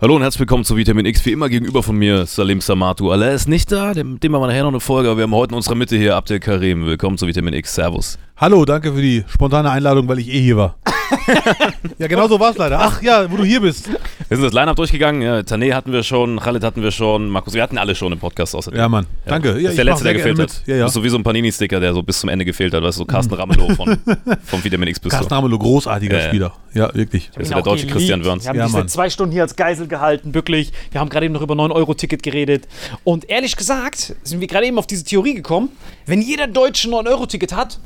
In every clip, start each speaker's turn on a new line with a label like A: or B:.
A: Hallo und herzlich willkommen zu Vitamin X. Wie immer gegenüber von mir Salim Samatu. Allah ist nicht da, dem, dem haben wir nachher noch eine Folge, aber wir haben heute in unserer Mitte hier Abdel Karim. Willkommen zu Vitamin X. Servus.
B: Hallo, danke für die spontane Einladung, weil ich eh hier war. ja, genau so war es leider. Ach ja, wo du hier bist.
A: Wir sind das Line-Up durchgegangen. Ja, Tane hatten wir schon, Khaled hatten wir schon, Markus, wir hatten alle schon im Podcast außerdem.
B: Ja, Mann. Danke.
A: das
B: Ja,
A: ist der
B: ich
A: letzte,
B: mach
A: der
B: sehr gerne
A: gefehlt hat.
B: mit. Ja, ja.
A: Das ist so wie so ein Panini-Sticker, der so bis zum Ende gefehlt hat. Weißt du, so Carsten Ramelow von, vom Vitamin X bist du.
B: Carsten Ramelow, großartiger
A: Ja, ja.
B: Spieler. Ja, wirklich.
A: Bist du der deutsche Christian Wörns.
C: Wir haben
B: Ja,
C: dich
B: Mann.
C: seit zwei Stunden hier als Geisel gehalten, wirklich. Wir haben gerade eben noch über 9-Euro-Ticket geredet. Und ehrlich gesagt sind wir gerade eben auf diese Theorie gekommen, wenn jeder Deutsche ein 9-Euro-Ticket hat,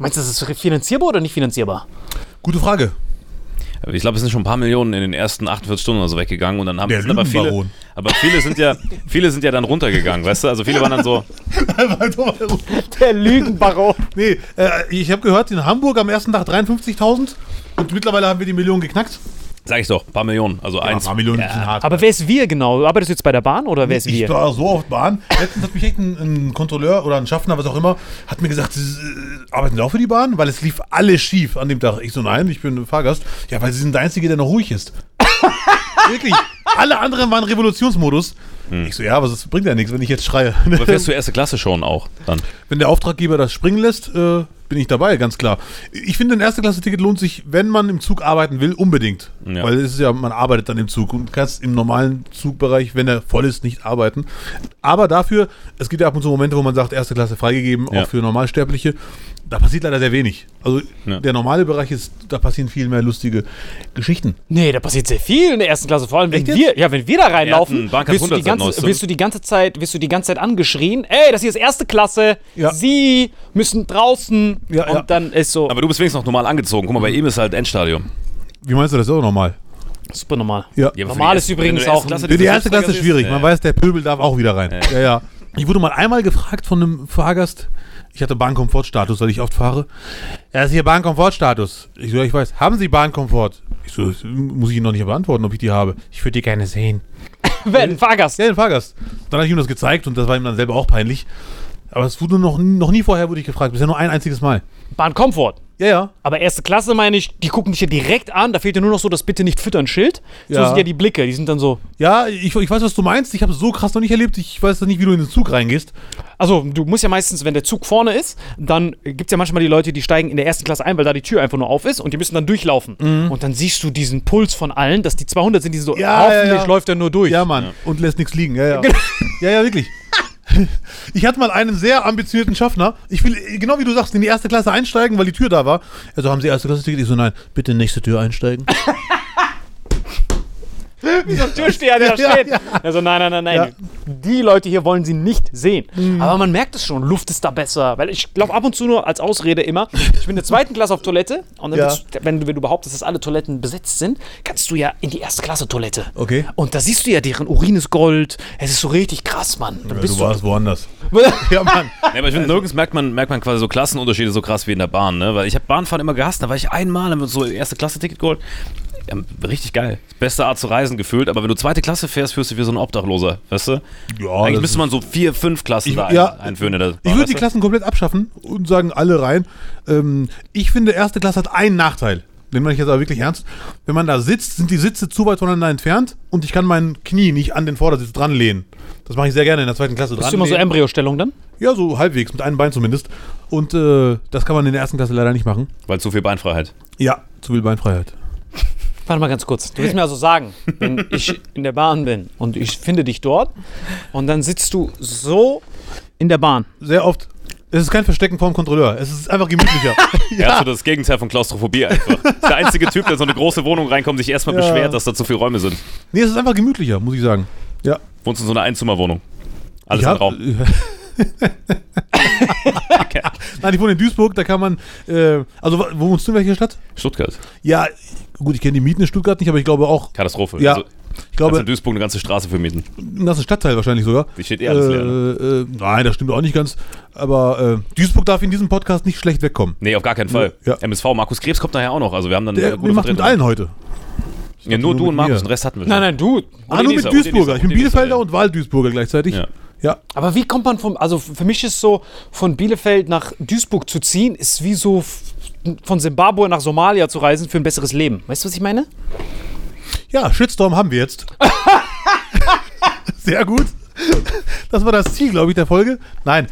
C: meinst du, das ist finanzierbar oder nicht finanzierbar?
B: Gute Frage.
A: Ich glaube, es sind schon ein paar Millionen in den ersten 48 Stunden oder so weggegangen. Und dann haben
B: Der
A: sind aber viele,
B: Lügenbaron.
A: aber viele sind ja, viele sind ja dann runtergegangen, weißt du? Also viele waren dann so,
C: Der Lügenbaron.
B: nee, äh, ich habe gehört, in Hamburg am ersten Tag 53.000 und mittlerweile haben wir die Million geknackt.
A: sag ich doch, ein paar Millionen. Also eins.
B: ein paar Millionen sind hart.
C: Aber wer ist wir genau? Arbeitest du jetzt bei der Bahn oder wer ist
B: ich
C: wir?
B: war so oft Bahn. Letztens hat mich echt ein, ein Kontrolleur oder ein Schaffner, was auch immer, hat mir gesagt, äh, arbeiten Sie auch für die Bahn? Weil es lief alles schief an dem Tag. Ich so, nein, ich bin ein Fahrgast. Ja, weil Sie sind der Einzige, der noch ruhig ist. Wirklich. Alle anderen waren Revolutionsmodus. Ich so, ja, aber das bringt ja nichts, wenn ich jetzt schreie.
A: Hm. Aber fährst du erste Klasse schon auch dann?
B: wenn der Auftraggeber das springen lässt, äh, bin ich dabei, ganz klar. Ich finde, ein Erste-Klasse-Ticket lohnt sich, wenn man im Zug arbeiten will, unbedingt.
A: Ja.
B: Weil es ist ja, man arbeitet dann im Zug und kannst im normalen Zugbereich, wenn er voll ist, nicht arbeiten. Aber dafür, es gibt ja ab und zu Momente, wo man sagt, erste Klasse freigegeben,
A: Ja.
B: auch für Normalsterbliche. Da passiert leider sehr wenig. Also
A: Ja.
B: der normale Bereich ist, da passieren viel mehr lustige Geschichten.
C: Nee, da passiert sehr viel in der ersten Klasse. Vor allem, wenn
B: Echt jetzt?
C: wir, ja, wenn wir da
A: Wir hatten
C: reinlaufen,
A: Bankers
C: wirst du, die
A: 100 seit
C: ganze,
A: neuestem.
C: wirst, du die ganze Zeit, wirst du die ganze Zeit angeschrien. Ey, das hier ist erste Klasse.
B: Ja.
C: Sie müssen draußen.
B: Ja,
C: und
B: ja.
C: dann ist so
A: Aber du bist wenigstens noch normal angezogen. Guck mal,
B: Mhm.
A: bei ihm ist halt Endstadium.
B: Wie meinst du das ist auch normal?
C: super normal.
B: Ja.
A: Ja, aber für
C: Normal
A: die
C: ist
A: erste-
C: übrigens
A: wenn du erste
C: auch ein-
A: Klasse
B: Die, die
A: dieses
B: erste Klasse ist
A: Selbstfahrers
B: schwierig.
A: bist,
B: Man
A: äh,
B: weiß, der Pöbel darf auch wieder rein. Ja, ja. Ich wurde mal einmal gefragt von einem Fahrgast, ich hatte Bahnkomfortstatus, weil ich oft fahre. Er ist hier Bahnkomfortstatus. Ich so, ja, ich weiß. Haben Sie Bahnkomfort? Ich so, das muss ich Ihnen noch nicht beantworten, ob ich die habe. Ich würde die gerne sehen.
C: Wenn, Fahrgast.
B: Ja, den Fahrgast. Dann habe ich ihm das gezeigt und das war ihm dann selber auch peinlich. Aber es wurde noch, noch nie vorher wurde ich gefragt. Bisher nur ein einziges Mal.
C: Bahnkomfort.
B: Ja, ja.
C: Aber erste Klasse meine ich, die gucken dich ja direkt an. Da fehlt ja nur noch so das Bitte nicht füttern Schild. So
B: Ja.
C: sind ja die Blicke, die sind dann so.
B: Ja, ich, ich weiß, was du meinst. Ich habe es so krass noch nicht erlebt. Ich weiß nicht, wie du in den Zug reingehst.
C: Also, du musst ja meistens, wenn der Zug vorne ist, dann gibt es ja manchmal die Leute, die steigen in der ersten Klasse ein, weil da die Tür einfach nur auf ist und die müssen dann durchlaufen. Und dann siehst du diesen Puls von allen, dass die 200 sind, die so,
B: Mhm. Ja,
C: hoffentlich
B: ja, ja.
C: läuft er nur durch.
B: Ja, Genau. Mann. Und lässt nichts liegen. Ja, ja. ja, ja, wirklich. Ich hatte mal einen sehr ambitionierten Schaffner. Ich will, äh, genau wie du sagst, in die erste Klasse einsteigen, weil die Tür da war. Also haben sie erste Klasse Ticket? Ich so, nein, bitte nächste Tür einsteigen.
C: Wie so ein Türsteher, der da
B: Ja,
C: steht.
B: ja.
C: Also, nein, nein, nein, nein. Die Leute hier wollen sie nicht sehen.
B: Mhm.
C: Aber man merkt es schon, Luft ist da besser. Weil ich glaube ab und zu nur als Ausrede immer, ich bin in der zweiten Klasse auf Toilette und dann
B: Ja.
C: willst du, wenn, du- wenn du behauptest, dass alle Toiletten besetzt sind, kannst du ja in die erste Klasse Toilette.
B: Okay.
C: Und da siehst du ja, deren Urin ist Gold. Es ist so richtig krass, Mann. Dann
B: Ja,
C: bist
B: du
C: du
B: warst woanders. ja, Mann.
A: Ja, aber ich
B: Also-
A: finde, nirgends merkt man, merkt man quasi so Klassenunterschiede so krass wie in der Bahn, ne? Weil ich habe Bahnfahren immer gehasst, da war ich einmal, haben wir uns so erste Klasse Ticket geholt. Ja, richtig geil. Beste Art zu reisen gefühlt, aber wenn du zweite Klasse fährst, fühlst du dich wie so ein Obdachloser, weißt du?
B: Ja,
A: Eigentlich
B: Oh, das
A: müsste man so vier, fünf Klassen
B: Ich-
A: da ein,
B: ja.
A: einführen in der Bahn,
B: Ich würde
A: weißt
B: die
A: du?
B: Klassen komplett abschaffen und sagen alle rein. Ähm, ich finde, erste Klasse hat einen Nachteil. Den meine ich jetzt aber wirklich ernst. Wenn man da sitzt, sind die Sitze zu weit voneinander entfernt und ich kann mein Knie nicht an den Vordersitz dranlehnen. Das mache ich sehr gerne in der zweiten Klasse
C: Bist du immer so
B: dranlehnen.
C: Embryostellung dann?
B: ja, so halbwegs, mit einem Bein zumindest. Und äh, das kann man in der ersten Klasse leider nicht machen.
A: Weil zu viel Beinfreiheit.
B: Ja, zu viel Beinfreiheit.
C: Warte mal ganz kurz. Du willst mir also sagen, wenn ich in der Bahn bin und ich finde dich dort und dann sitzt du so in der Bahn.
B: Sehr oft. Es ist kein Verstecken vorm Kontrolleur. Es ist einfach gemütlicher.
A: Ja. so das Gegenteil von Klaustrophobie einfach. Das ist der einzige Typ, der in so eine große Wohnung reinkommt, sich erstmal beschwert, dass da zu viele Räume sind.
B: nee, es ist einfach gemütlicher, muss ich sagen. Ja.
A: Wohnst in so einer Einzimmerwohnung. Alles
B: Ja,
A: im Raum.
B: Nein, ich wohne in Duisburg, da kann man. Äh, also, wo wo wohnst du in welcher Stadt?
A: Stuttgart.
B: Ja, gut, ich kenne die Mieten in Stuttgart nicht, aber ich glaube auch.
A: Katastrophe.
B: Ja,
A: Also,
B: ich
A: Kannst
B: glaube,
A: in Duisburg eine ganze Straße vermieten.
B: im ganzen Stadtteil wahrscheinlich sogar.
A: Die steht eh alles leer,
B: äh, äh, Nein, das stimmt auch nicht ganz. Aber äh, Duisburg darf in diesem Podcast nicht schlecht wegkommen.
A: Nee, auf gar keinen Fall.
B: Ja.
A: MSV, Markus Krebs kommt nachher auch noch. Also wir haben dann
B: Der,
A: eine
B: wir machen mit allen
A: Vertretung.
B: heute.
A: Ja, nur
B: nur
A: du
B: mit
A: und Markus,
B: mir.
A: den Rest hatten wir schon.
C: Nein, nein, du.
A: Und
B: Ah, nur
A: die Nisa, und
B: mit
A: die Nisa,
B: Duisburger. Ich
A: und
B: bin
A: die Nisa,
B: Bielefelder
A: ja.
B: und Wahl-Duisburger gleichzeitig.
A: Ja.
B: ja.
C: Aber wie kommt man vom, also für mich ist so, von Bielefeld nach Duisburg zu ziehen, ist wie so f- von Simbabwe nach Somalia zu reisen für ein besseres Leben. Weißt du, was ich meine?
B: Ja, Shitstorm haben wir jetzt. Sehr gut. Das war das Ziel, glaube ich, der Folge. Nein.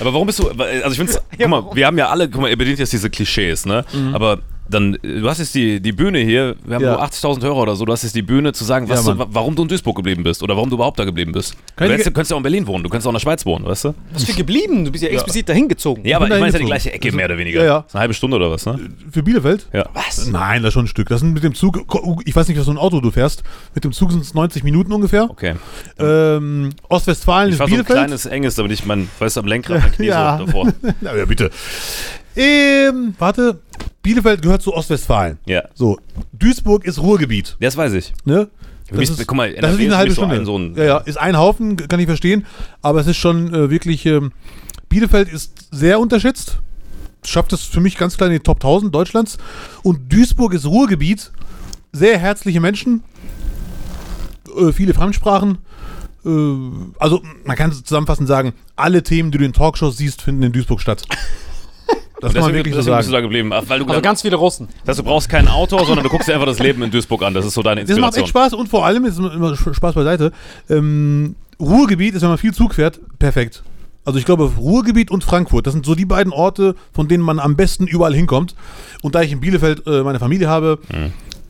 A: Aber warum bist du. Also ich find's. Guck mal, wir haben ja alle. Guck mal, ihr bedient jetzt diese Klischees, ne?
C: Mhm.
A: Aber dann. äh, Du hast jetzt die, die Bühne hier. Wir haben
B: Ja.
A: nur 80.000 Hörer oder so. Du hast jetzt die Bühne zu sagen, was
B: Ja,
A: du,
B: Mann.
A: wa- warum du in Duisburg geblieben bist. Oder warum du überhaupt da geblieben bist.
B: Kann
A: du
B: ich-
A: hättest- könntest ja auch in Berlin wohnen. Du könntest auch in der Schweiz wohnen, weißt du?
C: Was für geblieben? Du bist ja explizit dahin gezogen. Also
A: Ja, aber ich
B: da
A: meine, es ist ja die
B: hingezogen.
A: gleiche Ecke, mehr oder weniger.
B: Ja, ja. Äh,
A: Ist eine halbe Stunde oder was, ne?
B: Für Bielefeld?
A: Ja.
C: Was?
B: Nein, das ist schon ein Stück. Das sind mit dem Zug, uh, ich weiß nicht, was für ein Auto du fährst. Mit dem Zug sind es 90 Minuten ungefähr.
A: Okay.
B: Ähm, Ostwestfalen
A: Ich
B: ist
A: war so ein
B: Bielefeld.
A: kleines, enges, damit ich mein, weißt du, am Lenkrad, mein Knie
B: Ja.
A: so davor.
B: Na ja, bitte. Ähm, warte. Bielefeld gehört zu Ostwestfalen.
A: Ja.
B: So, Duisburg ist Ruhrgebiet.
A: Das weiß ich.
B: Ne?
A: Für mich- guck mal,
B: das ist
A: NRW
B: wie
A: ist
B: eine halbe
A: für mich so
B: Stunde.
A: ein- so ein-
B: ja, ja, ist ein Haufen, kann ich verstehen. Aber es ist schon äh, wirklich. Ähm, Bielefeld ist sehr unterschätzt. Schafft es für mich ganz klar in die Top 1000 Deutschlands. Und Duisburg ist Ruhrgebiet. Sehr herzliche Menschen. Äh, viele Fremdsprachen. Äh, also, man kann es zusammenfassend sagen: Alle Themen, die du in Talkshows siehst, finden in Duisburg statt. Das kann man
A: Deswegen,
B: wirklich so
A: deswegen bist du
B: sagen.
A: da geblieben. Ach, Weil du,
C: Also ganz viele Russen.
A: Das heißt, du brauchst kein Auto, sondern du guckst dir einfach das Leben in Duisburg an. Das ist so deine
B: Das macht echt
A: Inspiration.
B: Spaß und vor allem, jetzt immer Sch- Spaß beiseite, ähm, Ruhrgebiet ist, wenn man viel Zug fährt, perfekt. Also ich glaube, Ruhrgebiet und Frankfurt, das sind so die beiden Orte, von denen man am besten überall hinkommt. Und da ich in Bielefeld äh, meine Familie habe,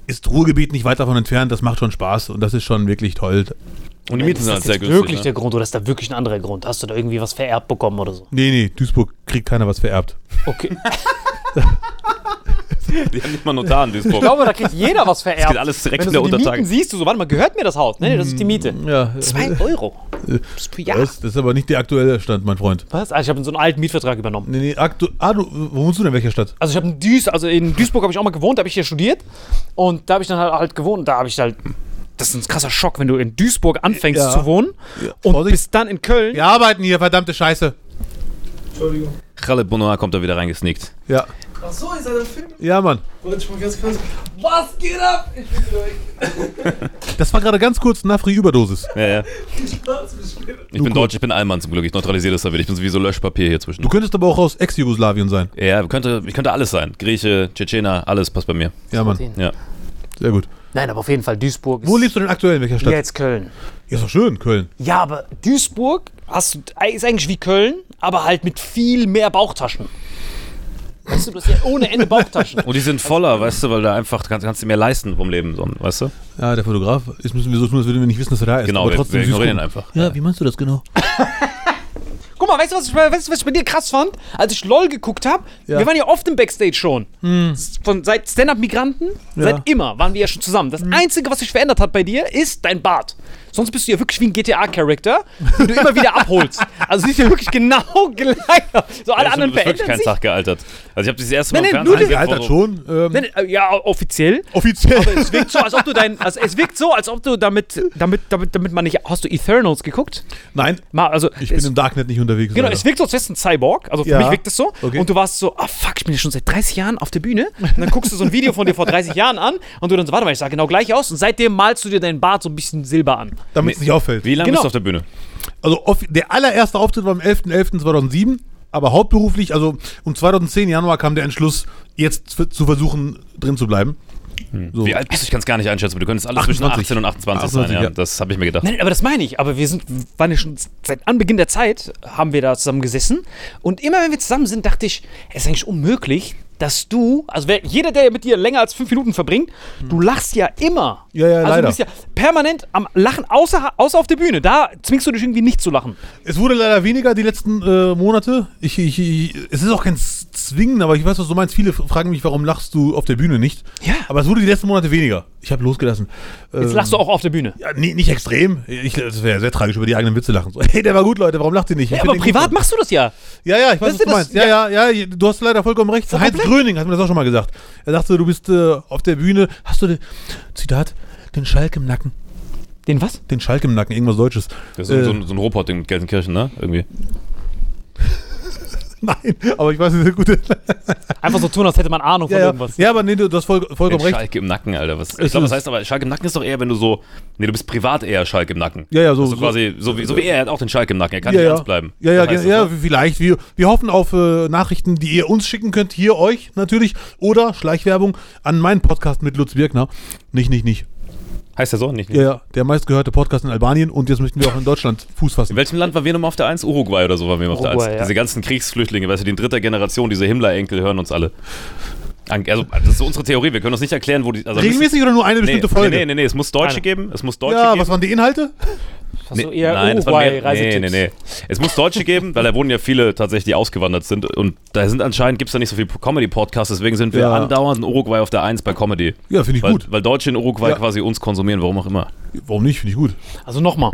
B: ist Ruhrgebiet nicht weit davon entfernt. Das macht schon Spaß und das ist schon wirklich toll.
A: Und die Mieten
C: Ist
A: sind halt
C: das jetzt
A: sehr günstig.
C: wirklich
A: ne?
C: der Grund oder ist da wirklich ein anderer Grund? Hast du da irgendwie was vererbt bekommen oder so?
B: Nee, nee, Duisburg kriegt keiner was vererbt.
C: Okay.
A: Die haben nicht mal einen Notar in Duisburg.
C: Ich glaube, da kriegt jeder was vererbt.
A: Das geht alles direkt
C: Wenn
A: in
C: du
A: der
C: so die
A: Untertage.
C: Mieten siehst du so, warte mal, gehört mir das Haus? Nee, nee, das ist die Miete.
A: Mm.
B: Ja,
C: Zwei Euro. Das ist pro Jahr.
B: das, das ist aber nicht der aktuelle Stand, mein Freund.
C: Was? Ah, ich habe so einen alten Mietvertrag übernommen.
B: Nee, nee, aktu ah, du, wo wohnst du denn, in welcher Stadt?
C: Also ich habe in, Duis, also in Duisburg habe ich auch mal gewohnt, da habe ich hier studiert und da habe ich dann halt, halt gewohnt und da habe ich halt das ist ein krasser Schock, wenn du in Duisburg anfängst
B: Ja.
C: zu wohnen und
B: Vorsicht.
C: bist dann in Köln.
B: Wir arbeiten hier, verdammte Scheiße.
D: Entschuldigung.
A: Khaled Bonoir kommt da wieder reingesnickt.
B: Ja.
D: Ach so, ist er der Film?
B: Ja, Mann.
D: Warte, ich mach ganz kurz. Was geht ab? Ich bin wieder weg.
B: Das war gerade ganz kurz Nafri-Überdosis.
A: Ja, ja.
D: Viel Spaß, bis später.
A: Ich bin Deutsch, ich bin Allmann zum Glück. Ich neutralisiere das da wieder. Ich bin sowieso Löschpapier hier zwischen.
B: Du könntest aber auch aus Ex-Jugoslawien sein.
A: Ja, könnte, ich könnte alles sein. Grieche, Tschetschener, alles passt bei mir.
B: Ja, Mann.
A: Ja.
B: Sehr gut.
C: Nein, aber auf jeden Fall Duisburg.
B: Wo
C: ist
B: lebst du denn aktuell? In welcher Stadt?
C: jetzt Köln.
B: Ja, ist doch schön, Köln.
C: Ja, aber Duisburg hast du, ist eigentlich wie Köln, aber halt mit viel mehr Bauchtaschen. Weißt du, das ist ja ohne Ende Bauchtaschen.
A: Und die sind voller, weißt du, weil da einfach kannst, kannst du mehr leisten vom Leben, so, weißt du?
B: Ja, der Fotograf. Jetzt müssen wir so tun, als würden wir nicht wissen, dass er da ist.
A: Genau,
B: aber
A: wir,
B: trotzdem
A: wir
B: süß
A: ignorieren ihn
B: gucken.
A: einfach.
B: Ja, wie meinst du das genau?
C: Guck mal, weißt du, was ich, bei- weißt du, was ich bei dir krass fand? Als ich LOL geguckt habe,
B: Ja.
C: wir waren ja oft im Backstage schon. Von, seit Stand-Up-Migranten, seit immer waren wir ja schon zusammen. Das Einzige, was sich verändert hat bei dir, ist dein Bart. Sonst bist du ja wirklich wie ein GTA-Charakter, den du immer wieder abholst. Also siehst du ja wirklich genau gleich. aus. So alle
A: Ja, stimmt,
C: anderen
A: du bist wirklich
C: verändern
A: keinen
C: sich.
A: Tag gealtert. Also ich habe das erste Mal
C: Nein,
A: im
C: nein,
A: Fernsehen
C: nur die-
A: gesehen,
B: Gealtert
A: wo-
B: schon. Ähm,
C: Nein, äh, Ja, offiziell.
B: offiziell.
C: Es wirkt so, als ob du dein. Also es wirkt so, als ob du damit, damit, damit, damit man nicht. Hast du Eternals geguckt?
B: Nein,
C: Mal, also
B: ich
C: es,
B: bin im Darknet nicht unterwegs.
C: Genau,
B: leider.
C: es wirkt so, als wärst du ein Cyborg. Also für
B: Ja.
C: mich wirkt es so.
B: Okay.
C: Und du warst so, ah fuck, ich bin ja schon seit 30 Jahren auf der Bühne. Und dann guckst du so ein Video von dir vor 30 Jahren an und du dann so, warte mal, ich sah genau gleich aus. Und seitdem malst du dir deinen Bart so ein bisschen silber an.
B: damit es nicht auffällt.
A: Wie lange
C: Genau.
A: bist du auf der Bühne?
B: Also off- der allererste Auftritt war am 11.11.2007, aber hauptberuflich, also um 2010 Januar kam der Entschluss, jetzt f- zu versuchen, drin zu bleiben. So.
A: Hm. Wie alt bist du? Ich kann es gar nicht einschätzen, aber du könntest alles zwischen
B: 28.
A: 18 und 28,
B: 28,
A: sein. Ja.
B: ja.
A: Das habe ich mir gedacht.
C: Nein, aber das meine ich. Aber wir sind, waren ja schon seit Anbeginn der Zeit, haben wir da zusammen gesessen. Und immer wenn wir zusammen sind, dachte ich, es ist eigentlich unmöglich, dass du, also wer, jeder, der mit dir länger als fünf Minuten verbringt, du lachst ja immer.
B: Ja, ja,
C: also
B: leider.
C: du bist ja permanent am Lachen, außer, außer auf der Bühne. Da zwingst du dich irgendwie nicht zu lachen.
B: Es wurde leider weniger die letzten äh, Monate. Ich, ich, ich, es ist auch kein Z- Zwingen, aber ich weiß, was du meinst. Viele f- fragen mich, warum lachst du auf der Bühne nicht?
C: Ja.
B: Aber es wurde die letzten Monate weniger. Ich habe losgelassen. Ähm,
C: Jetzt lachst du auch auf der Bühne.
B: Ja, nee, nicht extrem. Ich, das wäre sehr tragisch, über die eigenen Witze lachen. So, hey, der war gut, Leute, warum lacht ihr nicht? Ich
C: Ja,
B: find
C: aber
B: den
C: privat
B: gut.
C: machst du das ja.
B: Ja, ja, ich weiß, was
C: Weißt
B: du
C: du, das-
B: meinst. Ja, ja, ja, ich- du hast leider vollkommen recht. Heinz Gröning hat mir das auch schon mal gesagt. Er sagte, du bist äh, auf der Bühne, hast du den, Zitat, den Schalk im Nacken.
C: Den was?
B: Den Schalk im Nacken, irgendwas Deutsches.
A: Das ist
B: äh,
A: so ein, so ein Robot-Ding mit Gelsenkirchen, ne? Irgendwie.
B: Nein, aber ich weiß nicht, wie gut das
C: Einfach so tun, als hätte man Ahnung
B: ja,
C: von
B: ja.
C: irgendwas.
B: ja, aber nee, du, du hast voll,
A: Den
B: vollkommen recht.
A: Schalk im Nacken, Alter. Was,
B: Es
A: ich glaube,
B: ist-
A: das heißt aber, Schalk im Nacken ist doch eher, wenn du so. Nee, du bist privat eher Schalk im Nacken.
B: Ja, ja, so.
A: Also
B: so-
A: quasi, so wie, so wie er, er hat auch den Schalk im Nacken. Er kann
B: ja,
A: nicht
B: ja.
A: ernst bleiben.
B: Ja, ja,
A: Das heißt,
B: ja,
A: das-
B: ja, vielleicht. Wir, wir hoffen auf äh, Nachrichten, die ihr uns schicken könnt, hier euch natürlich, oder Schleichwerbung an meinen Podcast mit Lutz Birkner. Nicht, nicht, nicht.
A: Heißt er so? Nicht, nicht.
B: Ja, ja, der meistgehörte Podcast in Albanien und jetzt möchten wir auch in Deutschland Fuß fassen.
A: In welchem Land waren wir nochmal auf der 1? Uruguay oder so waren wir nochmal auf der 1.
C: Uruguay, ja.
A: Diese ganzen Kriegsflüchtlinge, weißt du, die in dritter Generation, diese Himmler-Enkel hören uns alle. An- Also, das ist so unsere Theorie. Wir können uns nicht erklären, wo die. Also
B: Regelmäßig oder nur eine
A: Nee,
B: bestimmte Folge?
A: nee, nee, nee, nee, es muss Deutsche
C: Keine.
A: geben. Es muss Deutsche
B: Ja,
A: geben.
B: was waren die Inhalte?
C: Also eher
A: Nein, das waren
C: Uruguay,
A: mehr- nee, nee, nee.
C: Reisetipps.
A: Es muss Deutsche geben, weil da wohnen ja viele tatsächlich, die ausgewandert sind. Und da sind anscheinend, gibt es da nicht so viele Comedy-Podcasts, deswegen sind wir
B: Ja.
A: andauernd in Uruguay auf der Eins bei Comedy.
B: Ja, finde ich
A: weil,
B: gut.
A: Weil Deutsche in Uruguay
B: Ja.
A: quasi uns konsumieren, warum auch immer.
B: Warum nicht? Finde ich gut.
C: Also nochmal,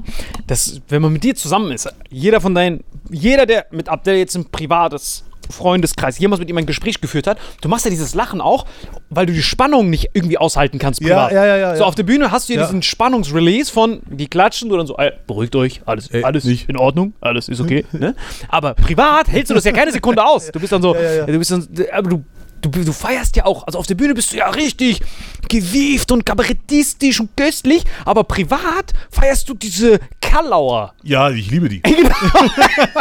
C: das- wenn man mit dir zusammen ist, jeder von deinen, jeder, der mit Abdel jetzt ein privates Freundeskreis jemals mit ihm ein Gespräch geführt hat, du machst ja dieses Lachen auch, weil du die Spannung nicht irgendwie aushalten kannst
B: Ja,
C: privat.
B: ja, ja, ja,
C: so
B: ja.
C: auf der Bühne hast du ja,
B: Ja.
C: diesen Spannungsrelease von, die klatschen, du dann so, ey, beruhigt euch, alles,
B: Ey,
C: alles
B: Äh, nicht.
C: in Ordnung, alles ist okay. ne? Aber privat hältst du das ja keine Sekunde aus. Du bist dann so,
B: Ja, ja, ja.
C: du bist dann, aber du Du, du feierst ja auch, also auf der Bühne bist du ja richtig gewieft und kabarettistisch und köstlich, aber privat feierst du diese Kallauer.
B: Ja, ich liebe die.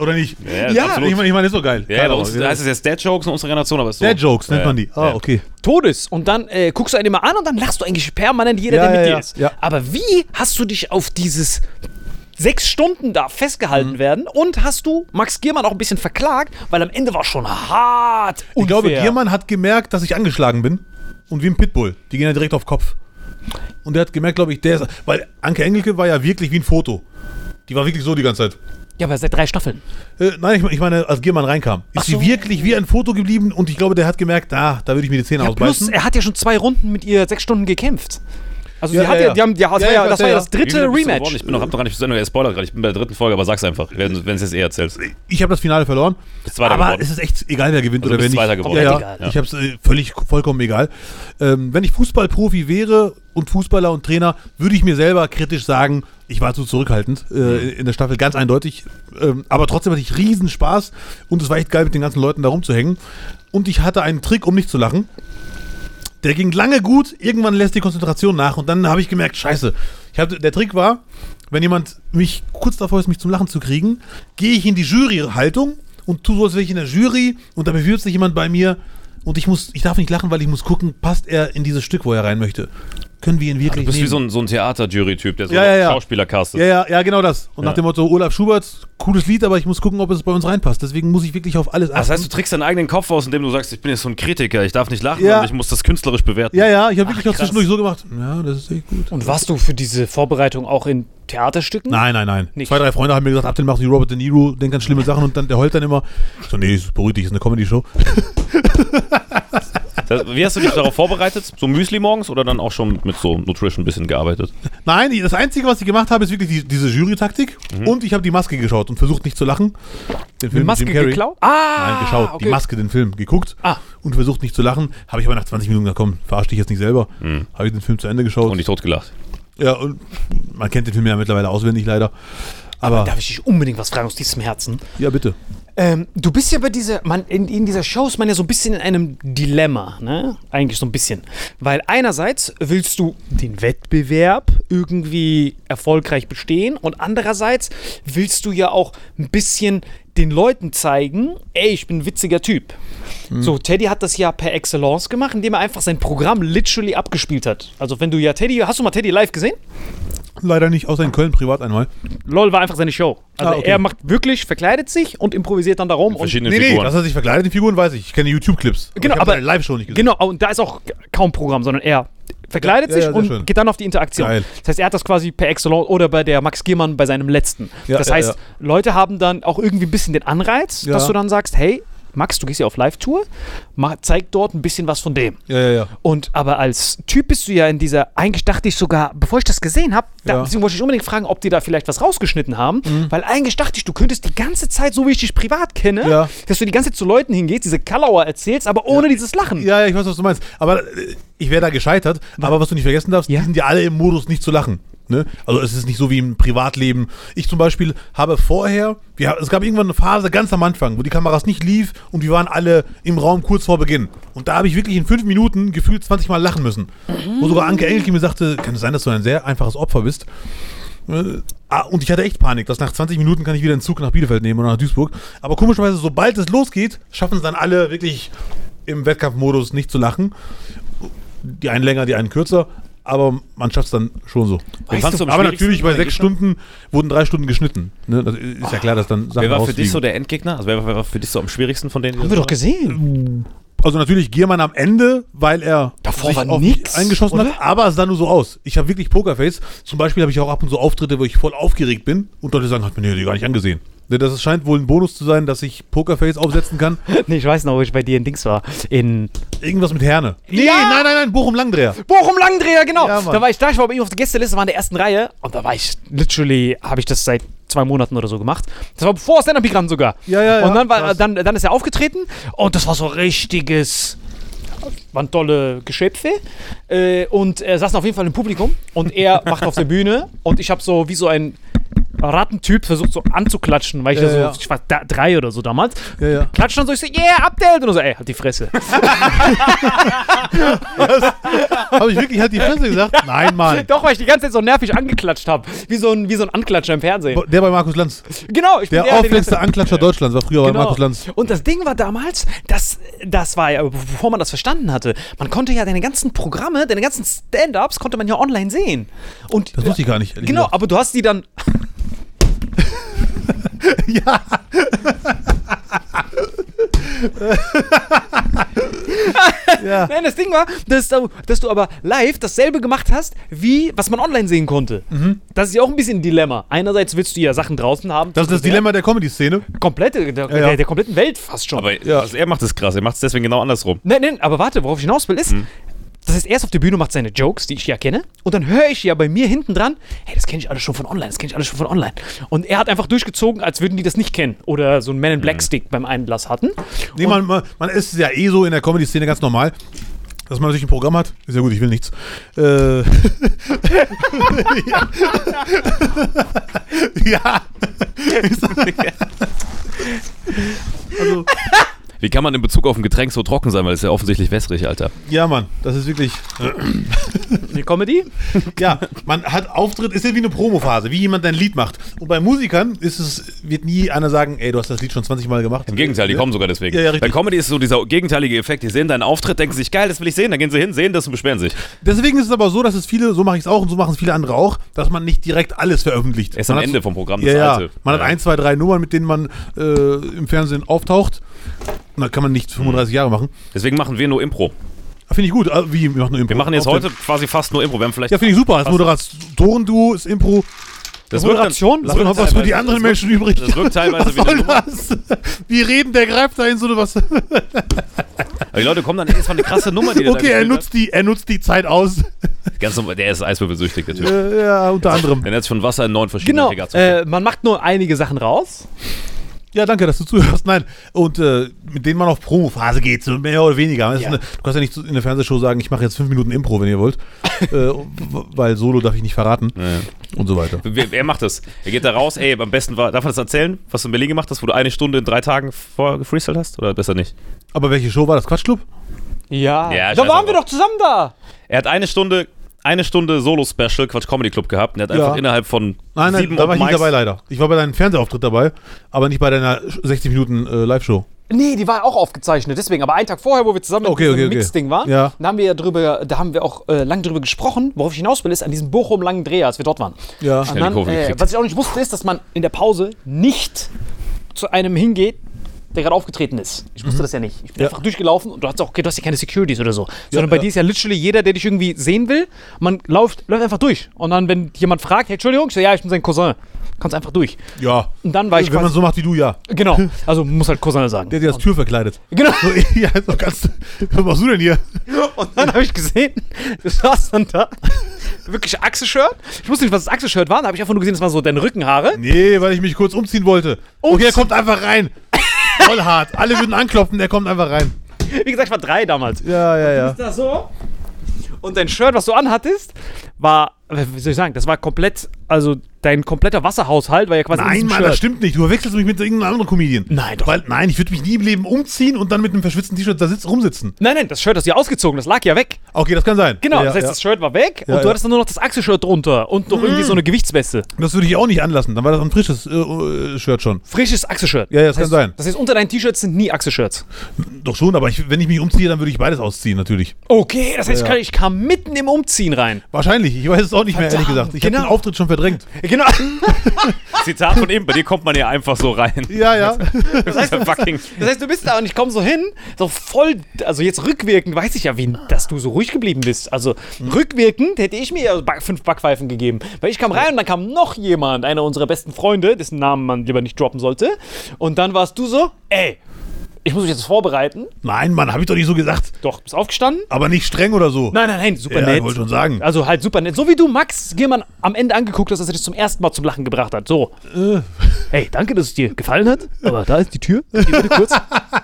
B: Oder nicht?
A: Ja, absolut.
B: ich meine, ich mein, ist doch geil.
A: Ja,
B: Keine
A: bei
B: Ahnung.
A: uns heißt es jetzt Dad-Jokes in unserer Generation, aber es ist so.
B: Dad-Jokes nennt
A: Ja,
B: man die. Ah,
A: ja.
B: okay.
C: Todes. Und dann äh, guckst du einen immer an und dann lachst du eigentlich permanent jeder,
B: Ja,
C: der mit
B: ja,
C: dir
B: ja,
C: ist.
B: ja.
C: Aber wie hast du dich auf dieses sechs Stunden da festgehalten
B: Mhm.
C: werden und hast du Max Giermann auch ein bisschen verklagt, weil am Ende war schon hart unfair.
B: Ich glaube, Giermann hat gemerkt, dass ich angeschlagen bin. Und wie ein Pitbull. Die gehen ja direkt auf Kopf. Und der hat gemerkt, glaube ich, der ist. Weil Anke Engelke war ja wirklich wie ein Foto. Die war wirklich so die ganze Zeit.
C: Ja, aber seit drei Staffeln.
B: Äh, nein, ich, mein- ich meine, als Giermann reinkam, ist sie
C: so.
B: wirklich wie ein Foto geblieben und ich glaube, der hat gemerkt, ah, da würde ich mir die Zähne
C: Ja, plus,
B: ausbeißen.
C: er hat ja schon zwei Runden mit ihr sechs Stunden gekämpft. Also
B: Ja,
C: die hat
B: ja,
C: ja,
B: ja.
C: die haben, die,
B: Ja,
C: das, war
B: ich
C: ja,
B: weiß,
C: das war
B: ja,
C: ja
B: ja.
C: das
A: Wie
C: dritte
A: schnell bist du geworden?
C: Rematch.
A: Ich bin noch, hab noch gar nicht, sag nur, der Spoiler gerade. Ich bin bei der dritten Folge, aber sag's einfach, wenn es jetzt eh erzählst.
B: Ich habe das Finale verloren.
A: Bist Zweiter
B: aber
A: geworden.
B: es ist echt egal, wer gewinnt
A: Also
B: oder
A: du
B: wer
A: bist
B: nicht.
A: Zweiter geworden.
B: Ja, ja.
A: Komplett egal.
B: Ich habe es äh, völlig vollkommen egal. Ähm, wenn ich Fußballprofi wäre und Fußballer und Trainer, würde ich mir selber kritisch sagen, ich war zu zurückhaltend
A: Hm.
B: äh, in der Staffel, ganz eindeutig. Ähm, aber trotzdem hatte ich riesen Spaß und es war echt geil, mit den ganzen Leuten da rumzuhängen. Und ich hatte einen Trick, um nicht zu lachen. Der ging lange gut, irgendwann lässt die Konzentration nach und dann habe ich gemerkt, scheiße. Ich hab, der Trick war, wenn jemand mich kurz davor ist, mich zum Lachen zu kriegen, gehe ich in die Jury-Haltung und tu so, als wäre ich in der Jury und da bewirbt sich jemand bei mir und ich muss, ich darf nicht lachen, weil ich muss gucken, passt er in dieses Stück, wo er rein möchte. Können wir ihn wirklich
A: Du Also bist
B: nehmen?
A: wie so ein, so ein Theaterjury-Typ, der so
B: Ja, ja, ja.
A: Schauspieler castet.
B: ja, ja, ja, genau das. Und
A: Ja.
B: nach dem Motto, Olaf Schubert, cooles Lied, aber ich muss gucken, ob es bei uns reinpasst. Deswegen muss ich wirklich auf alles achten.
A: Das heißt, du trickst deinen eigenen Kopf aus, indem du sagst, ich bin jetzt so ein Kritiker, ich darf nicht lachen,
B: Ja.
A: und ich muss das künstlerisch bewerten.
B: ja, ja, ich habe wirklich auch zwischendurch so gemacht. Ja, das ist echt gut.
C: Und warst du für diese Vorbereitung auch in Theaterstücken?
B: Nein, nein, nein.
C: Nicht.
B: Zwei, drei Freunde haben mir gesagt, ab den machen die Robert De Niro, denkt ganz schlimme Sachen und dann der heult dann immer. Ich so, nee, ist beruhigt dich, ist eine Comedy-Show.
A: Das, Also, wie hast du dich darauf vorbereitet? So Müsli morgens oder dann auch schon mit so Nutrition ein bisschen gearbeitet?
B: Nein, das Einzige, was ich gemacht habe, ist wirklich die, diese Jury-Taktik und ich habe die Maske geschaut und versucht nicht zu lachen. Den Film mit
C: Mhm. Maske
B: Jim Carrey.
C: geklaut? Ah!
B: Nein, geschaut,
C: okay.
B: die Maske, den Film, geguckt
C: Ah.
B: und versucht nicht zu lachen. Habe ich aber nach 20 Minuten gesagt, komm, verarsch dich jetzt nicht selber.
C: Mhm.
B: Habe ich den Film zu Ende geschaut.
A: Und dich totgelacht.
B: ja, und man kennt den Film ja mittlerweile auswendig leider. Aber,
C: Darf ich dich unbedingt was fragen aus diesem Herzen?
B: ja, bitte.
C: Ähm, du bist ja bei dieser, man, in, in dieser Show ist man ja so ein bisschen in einem Dilemma, ne? Eigentlich so ein bisschen. Weil einerseits willst du den Wettbewerb irgendwie erfolgreich bestehen und andererseits willst du ja auch ein bisschen den Leuten zeigen, ey, ich bin ein witziger Typ.
B: Hm.
C: So, Teddy hat das ja per Excellence gemacht, indem er einfach sein Programm literally abgespielt hat. Also wenn du ja Teddy, hast du mal Teddy live gesehen?
B: Leider nicht, außer in Köln privat einmal.
C: LOL war einfach seine Show. Also
B: Ah, okay.
C: er macht wirklich, verkleidet sich und improvisiert dann darum. Und
A: Verschiedene
B: Nee, nee,
A: Figuren.
B: dass er sich verkleidet in Figuren, weiß ich. Ich kenne YouTube-Clips.
C: Genau,
B: ich hab
C: aber-
B: seine Live-Show nicht gesehen.
C: Genau, und da ist auch kaum Programm, sondern er verkleidet
B: Ja, ja,
C: sich
B: sehr
C: und
B: schön.
C: geht dann auf die Interaktion.
B: Geil.
C: Das heißt, er hat das quasi per Excellence oder bei der Max Giermann bei seinem letzten.
B: Ja,
C: das
B: ja,
C: heißt,
B: ja.
C: Leute haben dann auch irgendwie ein bisschen den Anreiz,
B: Ja.
C: dass du dann sagst, hey, Max, du gehst ja auf Live-Tour, mach- zeig dort ein bisschen was von dem.
B: Ja, ja, ja.
C: Und aber als Typ bist du ja in dieser, eigentlich dachte ich sogar, bevor ich das gesehen habe, da,
B: Ja. Mhm.
C: deswegen wollte ich unbedingt fragen, ob die da vielleicht was rausgeschnitten haben, weil eigentlich dachte ich, du könntest die ganze Zeit, so wie ich dich privat kenne,
B: Ja.
C: dass du die ganze Zeit zu Leuten hingehst, diese Kalauer erzählst, aber ohne dieses Lachen.
B: Ja, ja, ich weiß, was du meinst. Aber äh, ich wäre da gescheitert. Aber was du nicht vergessen darfst,
C: Ja?
B: die sind ja alle im Modus, nicht zu lachen. Ne? Also es ist nicht so wie im Privatleben. Ich zum Beispiel habe vorher, wir, es gab irgendwann eine Phase ganz am Anfang, wo die Kameras nicht lief und wir waren alle im Raum kurz vor Beginn. Und da habe ich wirklich in fünf Minuten gefühlt 20 Mal lachen müssen. Wo sogar Anke Engelke mir sagte, kann es sein, dass du ein sehr einfaches Opfer bist? Äh, ah, und ich hatte echt Panik, dass nach 20 Minuten kann ich wieder einen Zug nach Bielefeld nehmen oder nach Duisburg. Aber komischerweise, sobald es losgeht, schaffen es dann alle wirklich im Wettkampfmodus nicht zu lachen. Die einen länger, die einen kürzer, aber man schafft es dann schon so.
A: Wen fandst du am
B: aber
A: schwierigsten
B: natürlich, bei
A: oder
B: sechs Stunden wurden drei Stunden geschnitten. Ne? Das ist ja klar, dass dann Sachen
A: Wer war für dich
B: rausfliegen.
A: so der Endgegner? Also wer, war- wer war für dich so am schwierigsten von denen? die
C: Haben
A: das
C: wir doch
A: waren?
C: gesehen.
B: Also natürlich Giermann am Ende, weil er
C: Davor war
B: auf
C: nix,
B: mich eingeschossen hat, aber es sah nur so aus. Ich habe wirklich Pokerface. Zum Beispiel habe ich auch ab und zu Auftritte, wo ich voll aufgeregt bin und Leute sagen, hat mir die gar nicht angesehen. Ne, Das scheint wohl ein Bonus zu sein, dass ich Pokerface aufsetzen kann.
C: nee, ich weiß noch, wo ich bei dir in Dings war. In
B: Irgendwas mit Herne. Nee, nein, nein, nein, Bochum Langdreher.
C: Bochum Langdreher, genau.
B: Ja, Mann.
C: da war ich da, ich war bei ihm auf der Gästeliste, war in der ersten Reihe. Und da war ich, literally, habe ich das seit zwei Monaten oder so gemacht. Das war bevor stand up Programm sogar.
B: Ja, ja,
C: Und
B: ja,
C: dann, war,
B: krass.
C: dann, dann ist er aufgetreten und das war so richtiges, waren tolle Geschöpfe. Äh, Und er saß auf jeden Fall im Publikum und er macht auf der Bühne und ich habe so wie so ein Rattentyp versucht so anzuklatschen, weil ich
B: Ja,
C: da so,
B: ja.
C: ich war da, drei oder so damals.
B: Ja, ja.
C: Klatscht dann so, ich so, yeah, Abdel! Und so, ey, halt die Fresse.
B: Habe ich wirklich halt die Fresse gesagt? Nein, Mann.
C: Doch, weil ich die ganze Zeit so nervig angeklatscht habe. Wie, so ein- wie so ein Anklatscher im Fernsehen.
B: Bo- Der bei Markus Lanz.
C: Genau, ich bin
B: Der
C: der, den-
B: auffälligste Anklatscher Deutschlands war früher bei
C: Genau.
B: Markus Lanz.
C: Und das Ding war damals, das, das war ja, bevor man das verstanden hatte, man konnte ja deine ganzen Programme, deine ganzen Stand-Ups konnte man ja online sehen. Und
B: Das wusste ich gar nicht. ehrlich
C: genau,
B: gesagt.
C: aber du hast die dann.
B: Ja. ja.
C: Nein, das Ding war, dass, du- dass du aber live dasselbe gemacht hast, wie was man online sehen konnte.
B: Mhm.
C: Das ist ja auch ein bisschen ein Dilemma. Einerseits willst du ja Sachen draußen haben.
B: Das ist das Dilemma der Comedy-Szene.
C: komplette, der,
B: ja.
C: Der, der kompletten Welt fast schon.
A: Aber also er macht es krass, er macht es deswegen genau andersrum.
C: Nein, nein, aber warte, worauf ich hinaus will, ist, Das heißt, er ist auf der Bühne, macht seine Jokes, die ich ja kenne. Und dann höre ich ja bei mir hinten dran, hey, das kenne ich alles schon von online, das kenne ich alles schon von online. Und er hat einfach durchgezogen, als würden die das nicht kennen. Oder so einen Man in Black Stick beim Einlass hatten.
B: Nee, man, man, man ist ja eh so in der Comedy-Szene ganz normal. Dass man natürlich ein Programm hat, ist ja gut, ich will nichts. Äh, ja. Also,
A: Wie kann man in Bezug auf ein Getränk so trocken sein, weil es ist ja offensichtlich wässrig, Alter.
B: ja, Mann, das ist wirklich. äh,
C: Eine Comedy?
B: Ja, man hat Auftritt, ist ja wie eine Promophase, wie jemand ein Lied macht. Und bei Musikern ist es, wird nie einer sagen, ey, du hast das Lied schon 20 Mal gemacht.
A: Im Gegenteil, die kommen sogar deswegen.
B: Ja, ja,
A: Bei
B: richtig.
A: Comedy ist so dieser gegenteilige Effekt. Die sehen deinen Auftritt, denken sich, geil, das will ich sehen. Dann gehen sie hin, sehen das und beschweren sich.
B: Deswegen ist es aber so, dass es viele, so mache ich es auch und so machen es viele andere auch, dass man nicht direkt alles veröffentlicht.
A: Erst
B: man
A: am
B: hat-
A: Ende vom Programm, das
B: Ja, ja.
A: alte.
B: Man
A: Ja.
B: hat ein, zwei, drei Nummern, mit denen man äh, im Fernsehen auftaucht. Und da kann man nicht
A: Hm.
B: 35 Jahre machen.
A: Deswegen machen wir nur Impro.
B: Finde ich gut. Also, Wie, wir machen, nur Impro.
A: Wir machen jetzt
B: Auftritt.
A: heute quasi fast nur Impro. Wir haben vielleicht.
B: Ja, finde ich super. Als Moderatoren-Duo ist Impro.
A: das
C: Moderation?
A: das wirkt
B: Noch was für die
A: teilweise-
B: anderen
A: das wirkt-
B: Menschen übrig.
A: Das wirkt teilweise
B: was
A: wie eine
B: soll
A: Nummer.
B: das? Wie reden, der greift da in so eine was.
A: Aber die Leute kommen dann, ey, das war eine krasse Nummer, die der
B: Okay,
A: da
B: er
A: gespielt
B: nutzt, die, er nutzt die Zeit aus.
A: hat. Ganz normal, der ist eiswürfelsüchtig, der Typ.
B: Äh, ja, unter anderem.
A: Dann hat sich von Wasser in neun verschiedene
C: Genau.
A: Aggregate-
C: Äh, man macht nur einige Sachen raus.
B: Ja, danke, dass du zuhörst. Nein, und äh, mit denen man auf Promophase geht, so mehr oder weniger. Das ist
C: Ja.
B: Eine, du kannst ja nicht zu- in der Fernsehshow sagen, ich mache jetzt fünf Minuten Impro, wenn ihr wollt. äh, w- weil Solo darf ich nicht verraten. Und so weiter.
A: Wer, wer macht das? Er geht da raus, ey, am besten war, darf man das erzählen, was du in Berlin gemacht hast, wo du eine Stunde in drei Tagen vorher gefreestylt hast? Oder besser nicht?
B: Aber welche Show war das? Quatschclub?
C: Ja.
A: Ja,
C: da
A: scheiß
C: waren wir
A: drauf.
C: doch zusammen da.
A: Er hat eine Stunde, eine Stunde Solo-Special, Quatsch Comedy Club gehabt und er hat
B: Ja.
A: einfach innerhalb von
B: Nein, nein,
A: sieben
B: da war ich
A: Open
B: nicht
A: Mics-
B: dabei leider. Ich war bei deinem Fernsehauftritt dabei, aber nicht bei deiner 60 Minuten äh, Live-Show.
C: Nee, die war auch aufgezeichnet, deswegen. Aber einen Tag vorher, wo wir zusammen
B: Okay,
C: diesem
B: okay, okay.
C: Mixding waren,
B: Ja.
C: da haben wir ja drüber, da haben wir auch äh, lang drüber gesprochen, worauf ich hinaus will, ist an diesem Bochum langen Dreher, als wir dort waren.
B: Ja.
C: Und
A: die
C: dann,
A: Kurve
C: äh,
A: gekriegt.
C: was ich auch nicht wusste, ist, dass man in der Pause nicht zu einem hingeht, der gerade aufgetreten ist. Ich wusste das ja nicht. Ich bin
B: Mhm. Ja.
C: einfach durchgelaufen und du hast auch, okay, du hast ja keine Securities oder so. Sondern
B: Ja,
C: bei
B: ja.
C: dir ist ja literally jeder, der dich irgendwie sehen will, man läuft, läuft einfach durch. Und dann, wenn jemand fragt, hey, Entschuldigung, ich so, ja, ich bin sein Cousin, kannst einfach durch.
B: Ja.
C: Und dann war ich
B: Wenn man
C: quasi,
B: so macht wie du, ja.
C: Genau, also muss halt Cousin sagen.
B: Der hat dir das Tür verkleidet.
C: Genau.
B: So, ja, so ganz, was machst du denn hier?
C: Und dann habe ich gesehen, du saßt dann da. Wirklich Achse-Shirt. Ich wusste nicht, was das Achse-Shirt war. Da habe ich einfach nur gesehen, das waren so deine Rückenhaare.
B: Nee, weil ich mich kurz umziehen wollte. Okay, er kommt einfach rein. Voll hart. Alle würden anklopfen, der kommt einfach rein.
C: Wie gesagt, ich war drei damals.
B: Ja, ja, ja.
C: Da so. Und dein Shirt, was du anhattest, war, äh, wie soll ich sagen, das war komplett, also dein kompletter Wasserhaushalt war ja quasi in
B: Nein,
C: diesem
B: Mann,
C: Shirt.
B: das stimmt nicht. Du verwechselst mich mit irgendeinem anderen Comedian.
C: Nein, doch.
B: Weil, nein, ich würde mich nie im Leben umziehen und dann mit einem verschwitzten T-Shirt da sitz, rumsitzen.
C: Nein, nein, das Shirt hast du ja ausgezogen, das lag ja weg.
B: Okay, das kann sein.
C: Genau,
B: ja,
C: das heißt,
B: ja.
C: das Shirt war weg
B: Ja,
C: und du
B: ja. Mhm.
C: hattest dann nur noch das Achse-Shirt drunter und noch irgendwie so eine Gewichtsweste.
B: das würde ich auch nicht anlassen. Dann war das ein frisches äh, äh, Shirt schon.
C: Frisches Achse-Shirt.
B: Ja, ja, das kann
C: heißt,
B: sein.
C: Das heißt, unter deinen T-Shirts sind nie Achse-Shirts.
B: Doch schon, aber ich, wenn ich mich umziehe, dann würde ich beides ausziehen, natürlich.
C: Okay, das heißt,
B: Ja, ja.
C: ich kam mitten im Umziehen rein.
B: Wahrscheinlich. Ich weiß es auch nicht mehr, ehrlich
C: Verdammt,
B: gesagt. Ich hab habe
C: genau.
B: den Auftritt schon verdrängt.
C: Genau.
A: Zitat von ihm, bei dir kommt man ja einfach so rein.
B: Ja, ja.
A: Das ist ja fucking.
C: Das heißt, du bist da und ich komme so hin, so voll, also jetzt rückwirkend weiß ich ja, wie, dass du so ruhig geblieben bist. Also rückwirkend hätte ich mir ja ba- fünf Backpfeifen gegeben. Weil ich kam rein und dann kam noch jemand, einer unserer besten Freunde, dessen Namen man lieber nicht droppen sollte. Und dann warst du so, ey, ich muss mich jetzt vorbereiten.
B: Nein, Mann, habe ich doch nicht so gesagt.
C: Doch, bist aufgestanden.
B: Aber nicht streng oder so.
C: Nein, nein, nein, super
B: Ja,
C: nett.
B: ich wollte schon sagen.
C: Also halt super nett. So wie du Max Giermann am Ende angeguckt hast, dass er dich zum ersten Mal zum Lachen gebracht hat. So.
B: Äh.
C: Hey, danke, dass es dir gefallen hat. Aber da ist die Tür. Geh bitte kurz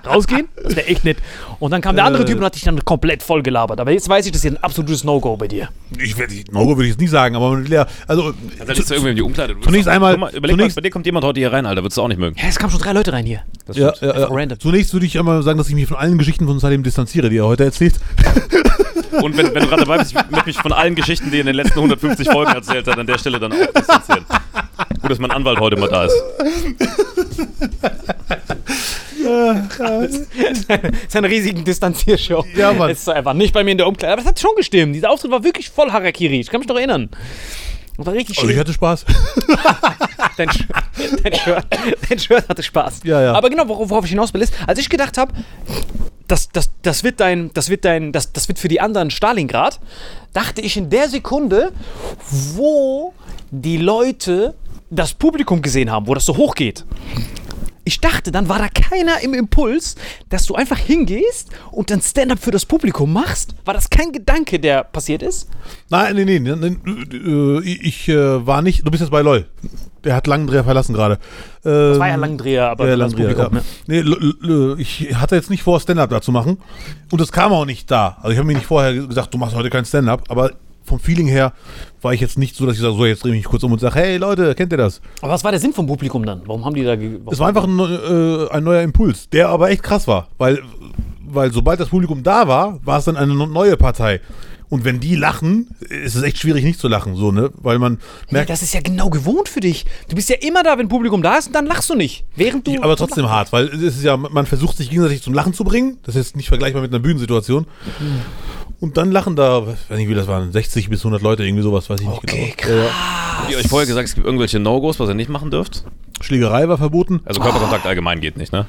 C: rausgehen. Das wäre echt nett. Und dann kam der
B: Äh.
C: andere Typ und hat dich dann komplett voll gelabert. Aber jetzt weiß ich, das ist ein absolutes No-Go bei dir.
B: Ich werde, no würde ich jetzt nicht sagen, aber man will ja, also,
A: Dann ist irgendwie in die Umkleide. Du bist
B: Zunächst
A: doch-
B: einmal-
A: Guck mal, Überleg mal,
B: zunächst-
A: bei dir kommt jemand heute hier rein, Alter. Würdest du auch nicht mögen.
C: Ja, es kamen schon drei Leute rein hier.
A: Das
B: ja,
A: stimmt.
B: ja, ja.
C: Einfach random.
B: Zunächst würde ich einmal sagen, dass ich mich von allen Geschichten von Salim distanziere, die er heute erzählt.
A: Und wenn, wenn du gerade dabei bist, ich möchte mich von allen Geschichten, die er in den letzten 150 Folgen erzählt hat, an der Stelle dann auch distanzieren. Gut, dass mein Anwalt heute mal da ist.
B: Äh,
C: Seine riesigen Distanziershow.
B: Ja, Mann.
C: Ist so einfach nicht bei mir in der Umkleide. Aber es hat schon gestimmt. Dieser Auftritt war wirklich voll Harakiri. Ich kann mich noch erinnern. Das war richtig
B: Also
C: schön.
B: ich hatte Spaß.
C: Dein, Sch- dein, Shirt, dein Shirt hatte Spaß.
B: Ja, ja.
C: Aber genau, worauf, worauf ich hinaus will, ist, als ich gedacht habe, das, das, das wird dein, das wird dein, das, das wird für die anderen Stalingrad, dachte ich in der Sekunde, wo die Leute das Publikum gesehen haben, wo das so hochgeht. Ich dachte, dann war da keiner im Impuls, dass du einfach hingehst und dann Stand-up für das Publikum machst. War das kein Gedanke, der passiert ist?
B: Nein, nee, nee, nee, nee äh, ich äh, war nicht, du bist jetzt bei LOL. Der hat Langendreher verlassen gerade. Das
C: War ja Langdreher, aber
B: Ja,
C: das
B: Landwehr,
C: Publikum,
B: ja.
C: ne?
B: Nee, l- l- äh, ich hatte jetzt nicht vor, Stand-up da zu machen. Und das kam auch nicht da. Also ich habe mir nicht vorher gesagt, du machst heute kein Stand-up, aber vom Feeling her war ich jetzt nicht so, dass ich sage, so, jetzt drehe ich mich kurz um und sage, hey Leute, kennt ihr das?
C: Aber was war der Sinn vom Publikum dann? Warum haben die da ge
B: Es war einfach ein, äh, ein neuer Impuls, der aber echt krass war, weil, weil sobald das Publikum da war, war es dann eine neue Partei. Und wenn die lachen, ist es echt schwierig, nicht zu lachen, so, ne? Weil man
C: Nee,
B: merkt,
C: das ist ja genau gewohnt für dich. Du bist ja immer da, wenn Publikum da ist und dann lachst du nicht. Während du.
B: Ja, aber trotzdem hart, weil es ist ja, man versucht sich gegenseitig zum Lachen zu bringen. Das ist jetzt nicht vergleichbar mit einer Bühnensituation.
C: Hm.
B: Und dann lachen da, weiß nicht, wie das waren, 60 bis 100 Leute, irgendwie sowas, weiß ich nicht
C: Okay,
B: genau. Ja, ja.
A: Habt ihr euch vorher gesagt, es gibt irgendwelche No-Gos, was ihr nicht machen dürft?
B: genau. Schlägerei war verboten.
A: Also Körperkontakt allgemein geht nicht, ne?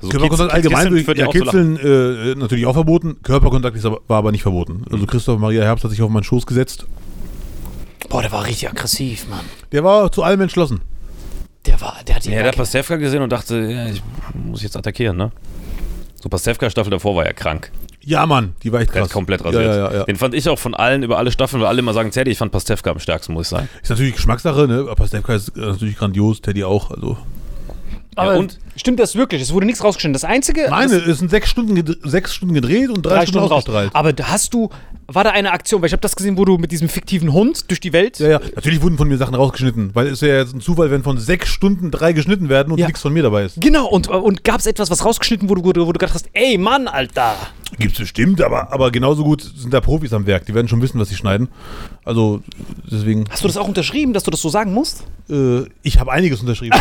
A: Also
B: Körperkontakt
A: Kitz-
B: allgemein,
A: Kitzeln
B: durch,
A: führt
B: ja,
A: auch zu Lachen.
B: Kitzeln äh, natürlich auch verboten. Körperkontakt ist aber, war aber nicht verboten. Also Christoph Maria Herbst hat sich auf meinen Schoß gesetzt.
C: Boah, der war richtig aggressiv, Mann.
B: Der war zu allem entschlossen.
C: Der war. Der hat die.
A: Ja, der hat Pastewka gesehen und dachte, ja, ich muss jetzt attackieren, ne? So Pastewka-Staffel davor war ja krank.
B: Ja, Mann, die war echt
A: Der
B: krass.
A: hat komplett rasiert.
B: Ja, ja, ja, ja.
A: Den fand ich auch von allen, über alle Staffeln, weil alle immer sagen, Teddy, ich fand Pastewka am stärksten, muss ich sagen.
B: Ist natürlich Geschmackssache, ne? Aber Stefka ist äh, natürlich grandios, Teddy auch. Also.
C: aber
A: Ja, und?
C: Stimmt das wirklich? Es wurde nichts rausgeschnitten. Das Einzige.
B: Nein,
C: das,
B: es sind sechs Stunden, gedreht, sechs Stunden gedreht und drei,
C: drei
B: Stunden,
C: Stunden raus.
B: ausgestrahlt.
C: Aber da hast du. War da eine Aktion? Weil ich habe das gesehen, wo du mit diesem fiktiven Hund durch die Welt.
B: Ja, ja, natürlich wurden von mir Sachen rausgeschnitten, weil es wäre jetzt ein Zufall, wenn von sechs Stunden drei geschnitten werden und
C: Ja.
B: nichts von mir dabei ist.
C: Genau, und, und gab es etwas, was rausgeschnitten wurde, wo du, wo du gedacht hast, ey Mann, Alter.
B: Gibt's bestimmt, aber, aber genauso gut sind da Profis am Werk. Die werden schon wissen, was sie schneiden. Also, deswegen,
C: Hast du das auch unterschrieben, dass du das so sagen musst?
B: äh, ich habe einiges unterschrieben.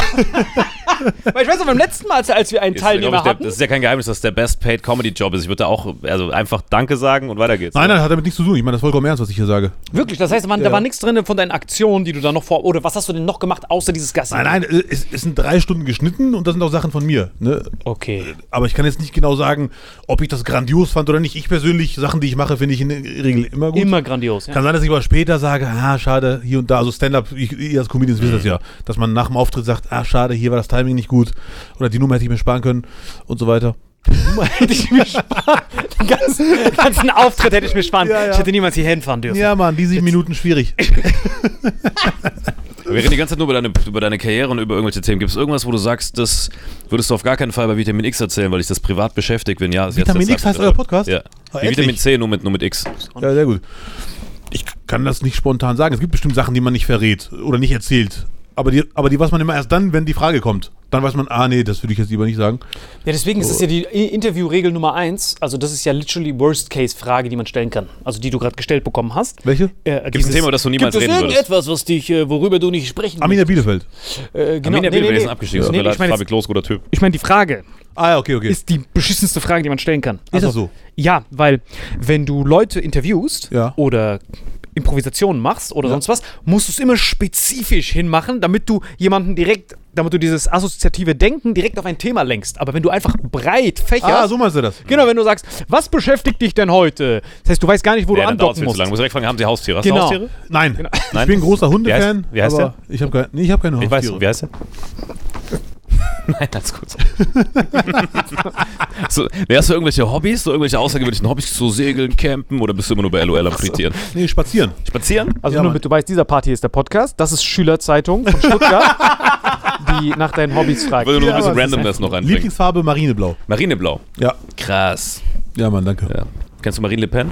C: Weil ich weiß noch, beim letzten Mal, als, als wir einen
A: Ist,
C: Teilnehmer
A: glaub ich,
C: hatten.
A: der, das ist ja kein Geheimnis, dass der best-paid Comedy-Job ist. Ich würde da auch also einfach Danke sagen und weiter geht's.
B: nein, nein, hat damit nichts zu tun. Ich meine das vollkommen ernst, was ich hier sage.
C: Wirklich, das heißt, da waren, da
B: Ja.
C: war nichts drin von deinen Aktionen, die du da noch vor. Oder was hast du denn noch gemacht, außer dieses Gassi?
B: Nein, nein, äh, es, es sind drei Stunden geschnitten und da sind auch Sachen von mir. Ne?
C: Okay.
B: Aber ich kann jetzt nicht genau sagen, ob ich das grandios fand oder nicht. Ich persönlich, Sachen, die ich mache, finde ich in der Regel immer gut.
C: Immer grandios. Ja.
B: Kann sein, dass ich aber später sage, ah, schade, hier und da, also Stand-up, ich- ihr als Comedians wisst das
C: Mhm.
B: ja, dass man nach dem Auftritt sagt, ah, schade, hier war das Timing nicht gut oder die Nummer hätte ich mir sparen können und so weiter.
C: hätte ich mir sparen. Den ganzen, den ganzen Auftritt hätte ich mir sparen.
B: Ja, ja.
C: Ich hätte niemals hierher hinfahren dürfen.
B: Ja, Mann, die sieben Minuten schwierig.
A: Wir reden die ganze Zeit nur über deine, über deine Karriere und über irgendwelche Themen. Gibt es irgendwas, wo du sagst, das würdest du auf gar keinen Fall bei Vitamin X erzählen, weil ich das privat beschäftigt bin? Ja, ist jetzt-
B: Vitamin
A: jetzt
B: X
A: einfach-
B: heißt euer Podcast?
A: Ja.
C: Oh,
B: Ah,
A: Wie
B: endlich.
A: Vitamin C, nur mit, nur mit X.
C: Genau.
B: Ja, sehr gut. Ich kann das nicht spontan sagen. Es gibt bestimmt Sachen, die man nicht verrät oder nicht erzählt. Aber die, aber die weiß man immer erst dann, wenn die Frage kommt. Dann weiß man, ah, nee, das würde ich jetzt lieber nicht sagen.
C: Ja, deswegen ist das ja die I- Interviewregel Nummer eins. Also, das ist ja literally Worst-Case-Frage, die man stellen kann. Also, die du gerade gestellt bekommen hast.
B: Welche?
C: Äh,
A: Gibt es ein Thema, über das du niemals
C: Gibt es
A: reden würdest?
C: irgendetwas, was dich, äh, worüber du nicht sprechen
B: Amina Bielefeld.
C: Äh, genau.
A: Arminia
C: nee, nee,
A: Bielefeld
C: nee.
A: ist abgestiegen.
C: Nee,
A: Tut mir leid,
C: ich meine,
A: Fabi Klos, guter Typ.
C: ich meine, die Frage
B: Ah, ja, okay, okay.
C: ist die beschissenste Frage, die man stellen kann. Also,
B: Ach so?
C: Ja, weil wenn du Leute interviewst
B: Ja.
C: oder Improvisationen machst oder sonst was, musst du es immer spezifisch hinmachen, damit du jemanden direkt, damit du dieses assoziative Denken direkt auf ein Thema lenkst. Aber wenn du einfach breit fächerst.
B: Ah, so meinst du das.
C: Genau, wenn du sagst, was beschäftigt dich denn heute? Das heißt, du weißt gar nicht, wo
A: Ja,
C: du
A: dann dauert
C: andocken
A: viel zu
C: musst.
A: lange. Muss direkt fragen, haben Sie Haustiere? Hast du
C: Genau.
A: Haustiere?
B: Nein.
A: Nein.
B: Ich bin ein großer Hundefan.
A: Wie heißt- wie heißt
B: aber Ich habe kein, nee, ich hab keine
A: Ich weiß,
B: Haustiere.
A: wie heißt er? Nein, alles gut. so, nee, hast du irgendwelche Hobbys, so irgendwelche außergewöhnlichen Hobbys, so segeln, campen oder bist du immer nur bei LOL am Frittieren?
B: Nee, spazieren.
A: Spazieren?
C: Also
B: Ja,
C: nur
B: Mann.
C: damit du weißt, dieser Part hier ist der Podcast. Das ist Schülerzeitung von Stuttgart, die nach deinen Hobbys
A: Ich
C: fragt.
A: würde nur ein bisschen
B: aber das
A: Randomness noch reinbringen.
B: Lieblingsfarbe Marineblau.
A: Marineblau.
B: Ja.
A: Krass.
B: Ja, Mann, danke.
A: Ja. Kennst du Marine Le Pen?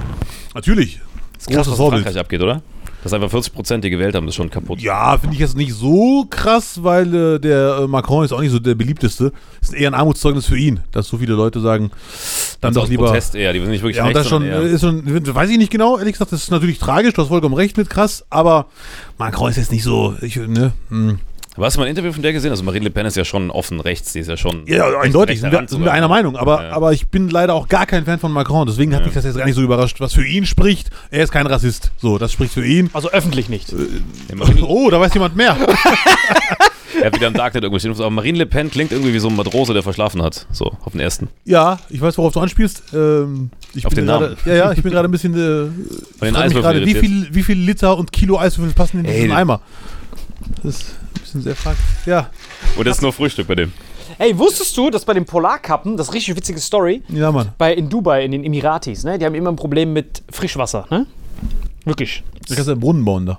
B: Natürlich.
A: Krass,
B: Großes
A: was in Frankreich
B: Vorbild.
A: abgeht, oder? Dass einfach 40% die gewählt haben, das ist schon kaputt.
B: Ja, finde ich jetzt nicht so krass, weil äh, der äh, Macron ist auch nicht so der beliebteste. Ist eher ein Armutszeugnis für ihn, dass so viele Leute sagen, dann
A: Also
B: doch
A: aus
B: lieber.
A: Protest eher. Die sind nicht wirklich
B: Ja, und
A: rechts,
B: das schon,
A: sondern
B: äh,
A: eher-
B: ist schon, weiß ich nicht genau, ehrlich gesagt, das ist natürlich tragisch, du hast vollkommen recht mit krass, aber Macron ist jetzt nicht so, ich, ne, hm.
A: Aber hast du mal ein Interview von der gesehen? Also Marine Le Pen ist ja schon offen rechts, die ist ja schon.
B: Ja, ja, eindeutig,
A: rechter
B: sind wir,
A: Rand
B: sind wir
A: sogar.
B: einer Meinung, aber,
A: Ja.
B: aber ich bin leider auch gar kein Fan von Macron, deswegen hat mich das jetzt gar nicht so überrascht, was für ihn spricht, er ist kein Rassist, so, das spricht für ihn.
C: Also öffentlich nicht.
A: Ja, Marine,
B: Oh, da weiß jemand mehr.
A: er hat wieder am Dark Knight irgendwelche Infos. Aber Marine Le Pen klingt irgendwie wie so ein Matrose, der verschlafen hat. So, auf den ersten.
B: Ja, ich weiß, worauf du anspielst. Ähm, ich
A: Auf
B: bin
A: den
B: gerade-
A: Namen.
B: Ja, ja, ich bin gerade ein bisschen. Äh,
A: Von den
B: frag mich
A: Eiswürfeln
B: gerade, wie
A: irritiert.
B: viel, wie viel Liter und Kilo Eiswürfel passen in
A: Ey,
B: diesen
A: das-
B: Eimer? Das ist ein bisschen sehr fraglich. Ja.
A: Und das ist nur Frühstück bei dem.
C: Ey, wusstest du, dass bei den Polarkappen, das ist richtig witzige Story,
B: Ja, Mann.
C: bei in Dubai, in den Emiratis, ne? Die haben immer ein Problem mit Frischwasser, ne? Wirklich.
B: Da kannst du einen Brunnen bauen da.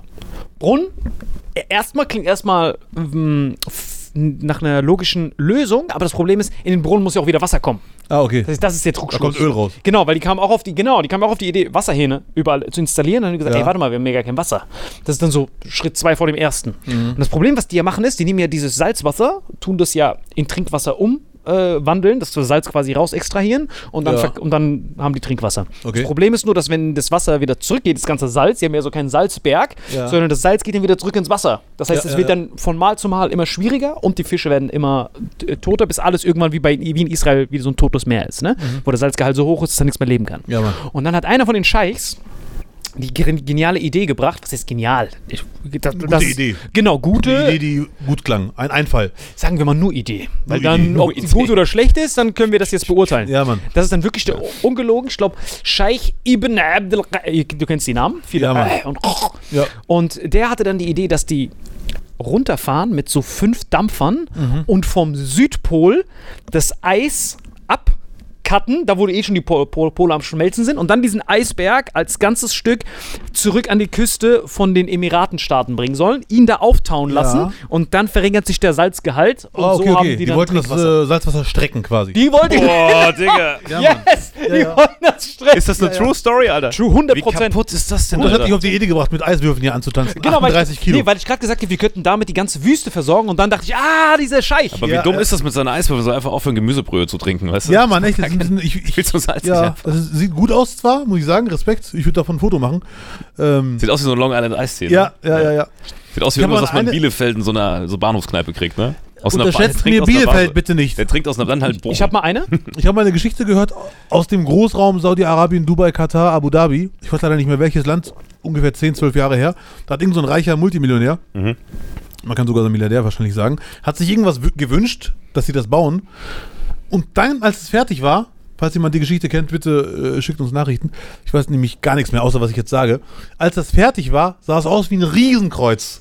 C: Brunnen, e- erstmal klingt erstmal ähm, f- nach einer logischen Lösung, aber das Problem ist, in den Brunnen muss ja auch wieder Wasser kommen.
B: Ah, okay.
C: Das ist, das ist der
B: Da
C: Trugschluss.
B: kommt Öl raus.
C: Genau, weil die kamen auch auf die, genau, die kamen auch auf die Idee, Wasserhähne überall zu installieren. Dann haben die gesagt,
B: Ja.
C: ey, warte mal, wir haben mega kein Wasser. Das ist dann so Schritt zwei vor dem ersten.
B: Mhm.
C: Und das Problem, was die ja machen, ist, die nehmen ja dieses Salzwasser, tun das ja in Trinkwasser um. Äh, wandeln, das Salz quasi raus extrahieren und dann,
B: Ja.
C: verk- und dann haben die Trinkwasser.
B: Okay.
C: Das Problem ist nur, dass wenn das Wasser wieder zurückgeht, das ganze Salz, die haben ja so keinen Salzberg,
B: Ja.
C: sondern das Salz geht dann wieder zurück ins Wasser. Das heißt,
B: Ja,
C: es
B: ja,
C: wird
B: ja.
C: dann von Mal zu Mal immer schwieriger und die Fische werden immer äh, toter, bis alles irgendwann wie, bei, wie in Israel wie so ein totes Meer ist, ne? wo der Salzgehalt so hoch ist, dass da nichts mehr leben kann.
B: Mhm. Ja, Mann.
C: Und dann hat einer von den Scheichs die gen- geniale Idee gebracht. Was ist genial? Ich, das, gute
B: Idee.
C: Genau, gute,
B: Die Idee, die gut klang. Ein Einfall.
C: sagen wir mal nur Idee. Weil
B: Idee,
C: dann,
B: nur
C: ob es gut oder schlecht ist, dann können wir das jetzt beurteilen.
B: Ja, Mann.
C: Das ist dann wirklich der, ungelogen. Ich glaube, Scheich Ibn Abdel. Du kennst die Namen? Viele.
B: Ja, Mann.
C: äh, und,
B: Ja.
C: und der hatte dann die Idee, dass die runterfahren mit so fünf Dampfern
B: Mhm.
C: und vom Südpol das Eis abcutten, da wo eh schon die Pol Pol Pole am Schmelzen sind, und dann diesen Eisberg als ganzes Stück zurück an die Küste von den Emiratenstaaten bringen sollen, ihn da auftauen lassen und dann verringert sich der Salzgehalt und
B: Ah, okay,
C: so haben
B: okay.
C: die
B: Die,
C: dann
B: wollten das
C: Trinkwasser.
B: äh, Salzwasser strecken quasi.
C: Die wollten
E: Boah, Digga.
C: yes, die
B: ja.
C: wollten das stressen.
E: Ist das eine True Story, Alter?
C: True 100
A: Wie
C: Prozent.
A: kaputt ist das denn?
B: und das hat dich
A: Alter?
B: auf die Idee gebracht, mit Eiswürfen hier anzutanzen.
C: Genau, weil
B: 38
C: ich,
B: Kilo.
C: Nee, weil ich gerade gesagt habe, wir könnten damit die ganze Wüste versorgen und dann dachte ich, ah, dieser Scheich.
A: Aber wie
B: Ja,
A: dumm
B: äh,
A: ist das mit seiner Eiswürfel, so einfach aufhören, Gemüsebrühe zu trinken, weißt du?
B: ja, Mann, echt. Das ist ein bisschen, ich, ich,
A: Viel zu salzig
B: ja,
A: einfach.
B: das ist, sieht gut aus zwar, muss ich sagen. Respekt. Ich würde davon ein Foto machen. Ähm,
A: Sieht aus wie so ein Long Island Eisthee.
B: ja,
A: Ne?
B: ja, ja, ja.
A: Sieht aus wie
B: Ich hab
A: irgendwas,
B: mal
A: was man in
B: eine-
A: Bielefeld in so einer so Bahnhofskneipe kriegt, ne? Aus einer Ba- der
B: Unterschätzt
A: trinkt
B: mir
A: aus einer
B: Bielefeld
A: Vase.
B: bitte nicht.
A: Der trinkt aus einer, dann halt Bohnen.
C: Ich habe mal eine.
B: Ich habe mal eine Geschichte gehört aus dem Großraum Saudi-Arabien, Dubai, Katar, Abu Dhabi. Ich weiß leider nicht mehr welches Land, ungefähr 10, 12 Jahre her. Da hat irgend so ein reicher Multimillionär, man kann sogar so ein Milliardär wahrscheinlich sagen, hat sich irgendwas w- gewünscht, dass sie das bauen. Und dann, als es fertig war, falls jemand die Geschichte kennt, bitte äh, schickt uns Nachrichten. Ich weiß nämlich gar nichts mehr, außer was ich jetzt sage. Als das fertig war, sah es aus wie ein Riesenkreuz.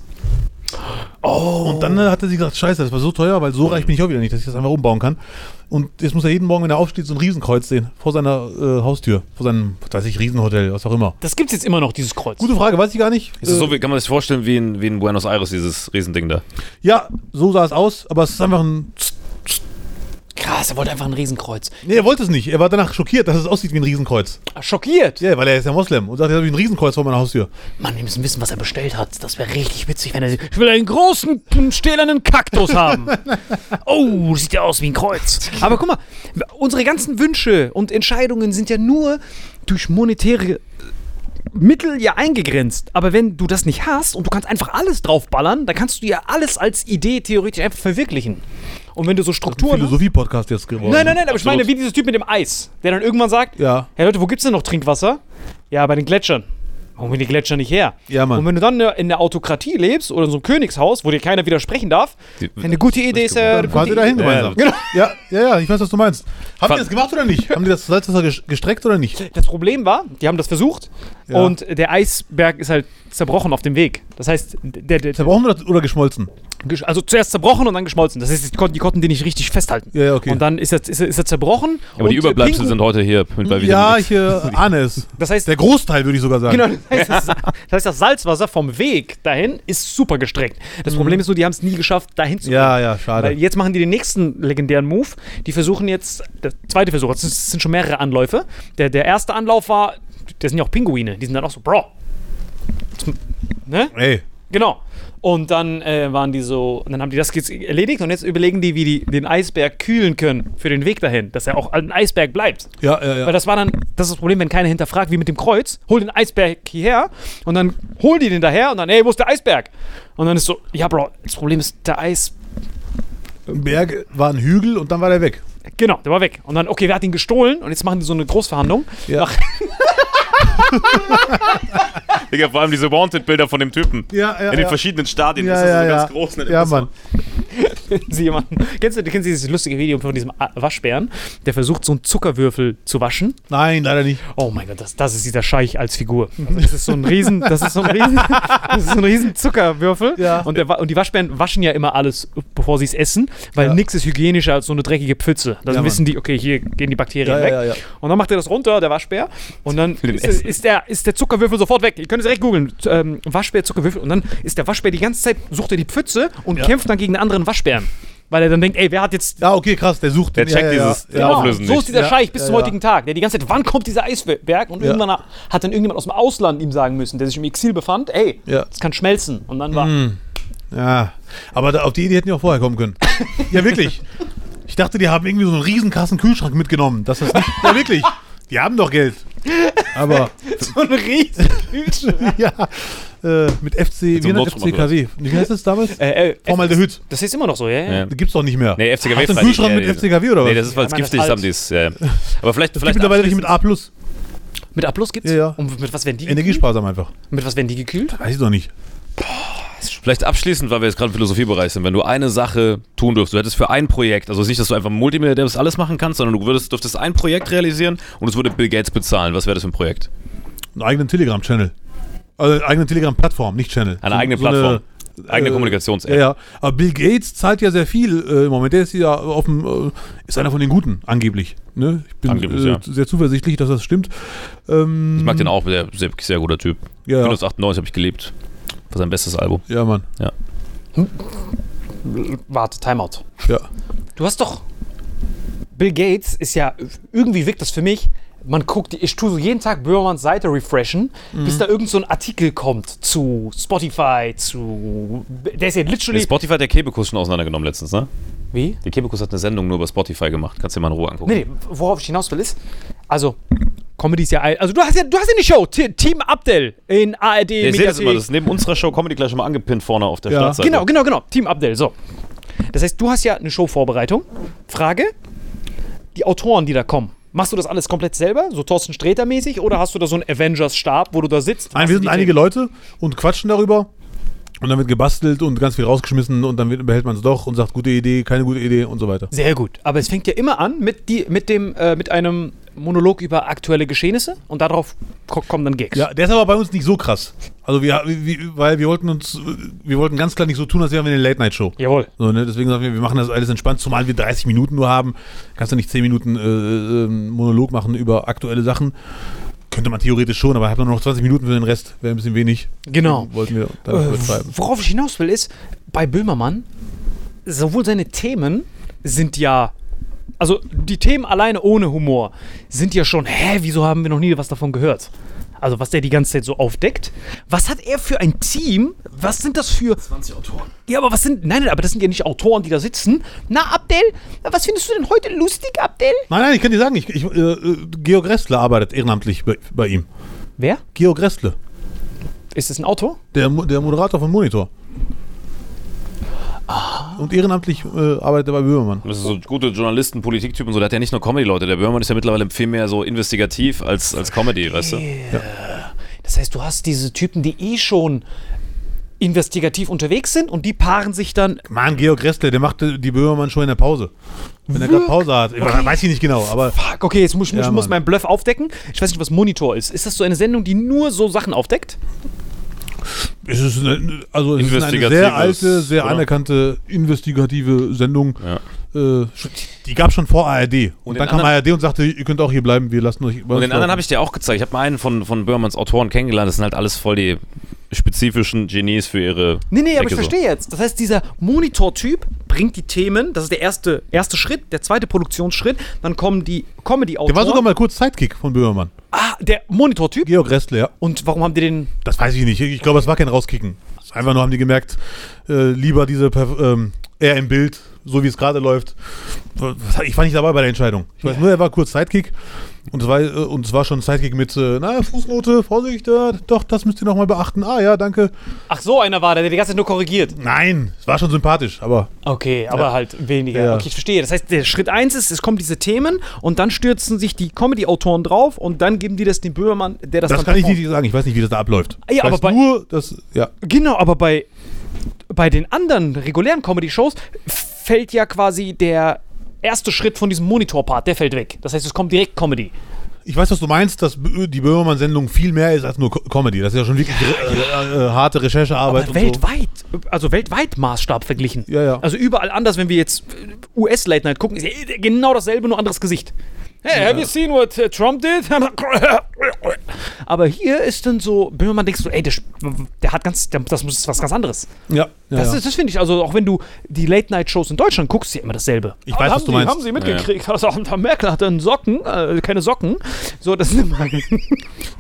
B: Oh. Und dann hatte sie gesagt, scheiße, das war so teuer, weil so reich bin ich auch wieder nicht, dass ich das einfach umbauen kann. Und jetzt muss er jeden Morgen, wenn er aufsteht, so ein Riesenkreuz sehen. Vor seiner äh, Haustür. Vor seinem, was weiß ich, Riesenhotel, was auch immer.
C: Das gibt's jetzt immer noch, dieses Kreuz.
B: Gute Frage, weiß ich gar nicht.
A: Ist das so,
B: Äh,
A: wie, kann man sich vorstellen, wie in, wie in Buenos Aires, dieses Riesending da.
B: ja, so sah es aus, aber es ist einfach ein...
C: Krass, er wollte einfach ein Riesenkreuz.
B: Nee, er wollte es nicht. Er war danach schockiert, dass es aussieht wie ein Riesenkreuz.
C: Ah, Schockiert.
B: Ja, weil er ist ja Moslem und sagt, jetzt habe ich ein Riesenkreuz vor meiner Haustür.
C: Mann, wir müssen wissen, was er bestellt hat. Das wäre richtig witzig, wenn er. Ich will einen großen, m, stählernen Kaktus haben. Oh, sieht ja aus wie ein Kreuz. Aber guck mal, unsere ganzen Wünsche und Entscheidungen sind ja nur durch monetäre Mittel ja eingegrenzt. Aber wenn du das nicht hast und du kannst einfach alles draufballern, dann kannst du ja alles als Idee theoretisch einfach verwirklichen. Und wenn du so Strukturen. hast-
B: Philosophie-Podcast jetzt geworden.
C: Nein, nein, nein, aber ich meine, wie dieses Typ mit dem Eis, der dann irgendwann sagt,
B: Ja.
C: hey Leute, wo gibt's denn noch Trinkwasser? Ja, bei den Gletschern. Warum wir die Gletscher nicht her?
B: Ja, Mann.
C: Und wenn du dann äh, in der Autokratie lebst oder in so einem Königshaus, wo dir keiner widersprechen darf,
A: Die-
C: eine gute Idee ist ja.
A: Dann
C: eine
B: Fahrt
C: gute
B: ihr dahin
A: Ja,
B: gemeinsam.
A: ja.
B: Genau. Ja, ja, ja, ich weiß, was du meinst. Haben
A: Fahr-
B: die das gemacht oder nicht? Haben die das Salzwasser ges- gestreckt oder nicht?
C: Das Problem war, die haben das versucht
B: Ja.
C: und der Eisberg ist halt zerbrochen auf dem Weg. Das heißt, der, der, der,
B: Zerbrochen oder, oder geschmolzen?
C: gesch- also zuerst zerbrochen und dann geschmolzen. Das heißt, die konnten, die konnten den nicht richtig festhalten.
B: Ja, ja, okay.
C: Und dann ist er, ist er, ist er zerbrochen.
A: Aber die
C: und, äh,
A: Überbleibsel
C: Pingu-
A: sind heute hier mit bei
B: Ja,
A: Vitamin
B: ich äh, ahne es.
C: Das heißt,
B: Der Großteil würde ich sogar sagen.
C: Genau, das heißt, das, das heißt, das Salzwasser vom Weg dahin ist super gestreckt. Das Problem ist nur, die haben es nie geschafft, dahin zu
B: Mhm. Ja, ja, schade.
C: Weil jetzt machen die den nächsten legendären Move. Die versuchen jetzt, der zweite Versuch, das sind- das sind schon mehrere Anläufe. Der, der erste Anlauf war, das sind ja auch Pinguine, die sind dann auch so, Bro. Zum- Ne?
B: Ey,
C: Genau. Und dann äh, waren die so, und dann haben die das jetzt erledigt und jetzt überlegen die, wie die den Eisberg kühlen können für den Weg dahin, dass er auch ein Eisberg bleibt.
B: ja, ja,
C: Weil
B: ja.
C: das war dann, das ist das Problem, wenn keiner hinterfragt, wie mit dem Kreuz, hol den Eisberg hierher und dann hol die den daher und dann, ey, wo ist der Eisberg? Und dann ist so, ja, Bro, das Problem ist, der Eis,
B: Ein Berg war ein Hügel und dann war der weg.
C: genau, der war weg. Und dann, okay, wer hat ihn gestohlen? Und jetzt machen die so eine Großverhandlung.
B: Ja.
C: Nach,
E: Digga, vor allem diese Wanted-Bilder von dem Typen.
B: Ja, ja,
E: In den
B: ja.
E: verschiedenen Stadien.
B: Ja,
E: das ist
B: ja,
E: so
B: ja.
E: ganz groß. Ne? Das
B: ja,
E: ist so-
B: Mann.
C: wenn sie jemanden. Kennst du, kennst du dieses lustige Video von diesem A- Waschbären, der versucht, so einen Zuckerwürfel zu waschen?
B: Nein, leider nicht.
C: Oh mein Gott, das, das ist dieser Scheich als Figur. Also das ist so ein Riesen, das ist so ein Riesen, das ist so ein riesen Zuckerwürfel.
B: Ja.
C: Und, der, Wa- und die Waschbären waschen ja immer alles, bevor sie es essen, weil
B: Ja.
C: nichts ist hygienischer als so eine dreckige Pfütze. Dann
B: Ja, Mann.
C: wissen die, okay, hier gehen die Bakterien
B: Ja, ja,
C: weg.
B: ja, ja.
C: Und dann macht er das runter, der Waschbär. Und dann
A: dem
C: ist, ist, der, ist der Zuckerwürfel sofort weg. Ihr könnt es direkt googeln. Z- Ähm, Waschbär, Zuckerwürfel. Und dann ist der Waschbär die ganze Zeit, sucht er die Pfütze und kämpft dann gegen einen anderen Waschbären. Weil er dann denkt, ey, wer hat jetzt
B: Ja, okay, krass, der sucht
A: Der
B: den-
A: checkt
B: ja, ja,
A: dieses-
B: ja.
A: ja. Auflösen
C: Genau. so
A: nicht.
C: ist dieser
B: Ja,
C: Scheich bis
B: ja,
C: zum
B: ja.
C: heutigen Tag, der die ganze Zeit, wann kommt dieser Eisberg? Und
B: Ja.
C: irgendwann hat dann irgendjemand aus dem Ausland ihm sagen müssen, der sich im Exil befand, ey,
B: Ja. Mhm.
C: das kann schmelzen. Und dann war,
B: Ja, aber da, auf die Idee hätten die auch vorher kommen können. ja, wirklich. Ich dachte, die haben irgendwie so einen riesen krassen Kühlschrank mitgenommen. Das ist nicht. Ja, wirklich. Die haben doch Geld. Aber
C: so ein riesen Kühlschrank.
B: ja, äh, mit FC, wie
A: so
B: nennt
A: Notruf
B: FC KW. Wie heißt das damals?
C: Äh, äh,
B: Formaldehyd.
C: das ist immer noch so, ja? ja.
A: Ja.
B: Das Gibt's doch nicht mehr.
A: Nee, FCKW
B: Hast du
A: frei,
B: einen Kühlschrank
A: die-
B: mit
A: ja, die-
B: FCKW oder was?
A: Nee, das ist, weil es
C: Ja, ich meine, das
A: giftig ist,
C: alt.
A: haben die es. Ja. Aber vielleicht,
B: Gibt
A: vielleicht
B: mittlerweile welche mit A+.
C: Mit Abfluss gibt's?
B: Ja, ja.
C: Und mit was werden die gekühlt?
B: Energiesparsam einfach.
C: Mit was werden die gekühlt?
B: Weiß ich doch nicht.
A: Vielleicht abschließend, weil wir jetzt gerade im Philosophiebereich sind, wenn du eine Sache tun dürftest, du hättest für ein Projekt, also es ist nicht, dass du einfach Multimilliardär bist, alles machen kannst, sondern du würdest, dürftest ein Projekt realisieren und es würde Bill Gates bezahlen. Was wäre das für ein Projekt?
B: Einen eigenen Telegram-Channel. Also eine eigene Telegram-Plattform, nicht Channel.
A: Eine eigene Plattform. Eigene Kommunikations-App.
B: äh, Ja, ja. Aber Bill Gates zahlt ja sehr viel äh, im Moment. Der ist ja auf dem, äh, ist einer von den Guten, angeblich. Ne? Ich bin
A: Angeblich,
B: äh,
A: ja.
B: sehr zuversichtlich, dass das stimmt. Ähm,
A: Ich mag den auch, der sehr, sehr guter Typ.
B: Ja, ja.
A: Windows 98 habe ich geliebt. War sein bestes Album.
B: ja, Mann.
C: Warte, Timeout.
B: Ja.
C: Du hast doch. Bill Gates ist ja. Irgendwie wirkt das für mich. Man guckt, die- ich tue so jeden Tag Böhmermanns Seite refreshen,
B: Mhm.
C: bis da irgend so ein Artikel kommt zu Spotify, zu. Der ist ja
A: Der
C: literally.
A: Spotify hat der Kebekus schon auseinandergenommen letztens, ne?
C: Wie?
A: Der Kebekus hat eine Sendung nur über Spotify gemacht. Kannst dir mal in Ruhe angucken.
C: Nee, nee, worauf ich hinaus will ist. Also, Comedy ist ja. ein- Also, du hast ja, du hast ja eine Show. T Team Abdel in ARD.
A: Ja, ich sehe das
C: Mediathek.
A: immer, das ist neben unserer Show Comedy gleich schon mal angepinnt vorne auf der
B: Ja.
A: Startseite.
C: Genau, genau, genau. Team Abdel. So. Das heißt, du hast ja eine Showvorbereitung. Frage: Die Autoren, die da kommen. Machst du das alles komplett selber, so Thorsten Sträter-mäßig, oder hast du da so einen Avengers-Stab, wo du da sitzt?
B: Nein,
C: hast
B: wir
C: die
B: sind einige
C: Themen?
B: Leute und quatschen darüber. Und dann wird gebastelt und ganz viel rausgeschmissen und dann wird, behält man es doch und sagt, gute Idee, keine gute Idee und so weiter.
C: Sehr gut. Aber es fängt ja immer an mit, die, mit, dem, äh, mit einem Monolog über aktuelle Geschehnisse und darauf ko- kommen dann Gags.
B: Ja, der ist aber bei uns nicht so krass. Also wir, wir weil wir wollten uns, wir wollten ganz klar nicht so tun, als wären wir eine Late-Night-Show.
C: Jawohl.
B: So, ne? Deswegen sagen wir, wir machen das alles entspannt, zumal wir 30 Minuten nur haben. Kannst du nicht 10 Minuten äh, äh, einen Monolog machen über aktuelle Sachen. Könnte man theoretisch schon, aber hat man nur noch 20 Minuten für den Rest. Wäre ein bisschen wenig.
C: Genau.
B: Wollten wir dann
C: Äh,
B: übertreiben.
C: worauf ich hinaus will, ist, bei Böhmermann, sowohl seine Themen sind ja. Also die Themen alleine ohne Humor sind ja schon, hä, wieso haben wir noch nie was davon gehört? Also was der die ganze Zeit so aufdeckt. Was hat er für ein Team? Was sind das für... 20 Autoren. Ja, aber was sind... Nein, nein, aber das sind ja nicht Autoren, die da sitzen. Na, Abdel, was findest du denn heute lustig, Abdel?
B: Nein, nein, ich kann dir sagen, ich, ich, äh, äh, Georg Restle arbeitet ehrenamtlich bei, bei ihm.
C: Wer?
B: Georg Restle,
C: Ist das ein Autor?
B: der, Mo- der Moderator von Monitor.
C: Ah.
B: Und ehrenamtlich äh, arbeitet er bei Böhmermann.
A: Das sind so gute Journalisten, Politiktypen und so. Der hat ja nicht nur Comedy-Leute. Der Böhmermann ist ja mittlerweile viel mehr so investigativ als, als Comedy, weißt du?
C: Das heißt, du hast diese Typen, die eh schon investigativ unterwegs sind und die paaren sich dann
B: Mann, Georg Restle, der macht äh, die Böhmermann schon in der Pause. Wenn er gerade Pause hat. Ich Weiß ich nicht genau, aber
C: Fuck, okay, jetzt muss ich,
B: Ja,
C: ich muss
B: Mann.
C: meinen Bluff aufdecken. Ich weiß nicht, was Monitor ist. Ist das so eine Sendung, die nur so Sachen aufdeckt?
B: Es ist eine, also es ist eine
A: Investigatives,
B: sehr alte, sehr
A: oder?
B: anerkannte investigative Sendung.
A: Ja.
B: Äh, schon- die gab schon vor ARD. Und,
A: den
B: dann kam
A: anderen-
B: ARD und sagte, ihr könnt auch hier bleiben, wir lassen euch.
A: Und den anderen habe ich dir auch gezeigt. Ich habe mal einen von, von Böhmermanns Autoren kennengelernt. Das sind halt alles voll die spezifischen Genies für ihre.
C: Nee, nee, aber
A: Ecke
C: ich verstehe jetzt. Das heißt, dieser Monitor-Typ bringt die Themen. Das ist der erste, erste Schritt, der zweite Produktionsschritt. Dann kommen die Comedy-Autoren.
B: Der war sogar mal kurz Sidekick von Böhmermann.
C: Ah, der Monitor-Typ.
B: Georg Restle, ja.
C: Und warum haben die den.
B: Das weiß ich nicht. Ich glaube, es war kein Rauskicken. Es ist Einfach nur haben die gemerkt, äh, lieber diese Perf- ähm, eher im Bild, so wie es gerade läuft. Ich war nicht dabei bei der Entscheidung. Ich weiß nur, er war kurz Sidekick und es war, äh, und es war schon Sidekick mit, äh, na, Fußnote, Vorsicht, äh, doch, das müsst ihr nochmal beachten. Ah ja, danke.
C: Ach, so einer war der, der die ganze Zeit nur korrigiert.
B: Nein, es war schon sympathisch, aber
C: Okay, aber halt weniger.
B: Ja.
C: Okay, ich verstehe. Das heißt, der Schritt eins ist, es kommen diese Themen und dann stürzen sich die Comedy-Autoren drauf und dann geben die das dem Böhmermann, der das
B: das
C: dann
B: kann ich
C: performt.
B: nicht sagen. Ich weiß nicht, wie das da abläuft.
C: Ah, Ja,
B: ich weiß
C: aber bei-
B: nur, dass ja.
C: Genau, aber bei, bei den anderen regulären Comedy-Shows f- fällt ja quasi der erste Schritt von diesem Monitor-Part, der fällt weg. Das heißt, es kommt direkt Comedy.
B: Ich weiß, was du meinst, dass Bö- die Böhmermann-Sendung viel mehr ist als nur Co Comedy. Das ist ja schon wirklich äh, äh, harte Recherchearbeit. und so.
C: weltweit, also weltweit Maßstab verglichen.
B: Ja, ja.
C: Also überall anders, wenn wir jetzt US Late Night gucken, ist ja genau dasselbe, nur anderes Gesicht. Hey, have you seen what äh, Trump did? Aber hier ist dann so, Böhmermann denkst du, ey, der, sp- der hat ganz, der, das muss- ist was ganz anderes.
B: Ja, ja,
C: Das,
B: ja.
C: ist- das finde ich, also auch wenn du die Late-Night-Shows in Deutschland guckst, ist ja immer dasselbe.
B: Ich weiß,
C: haben
B: was du
C: sie,
B: meinst.
C: Haben sie mitgekriegt, also Herr Merkel hat dann Socken, äh, keine Socken. So, das ist immer...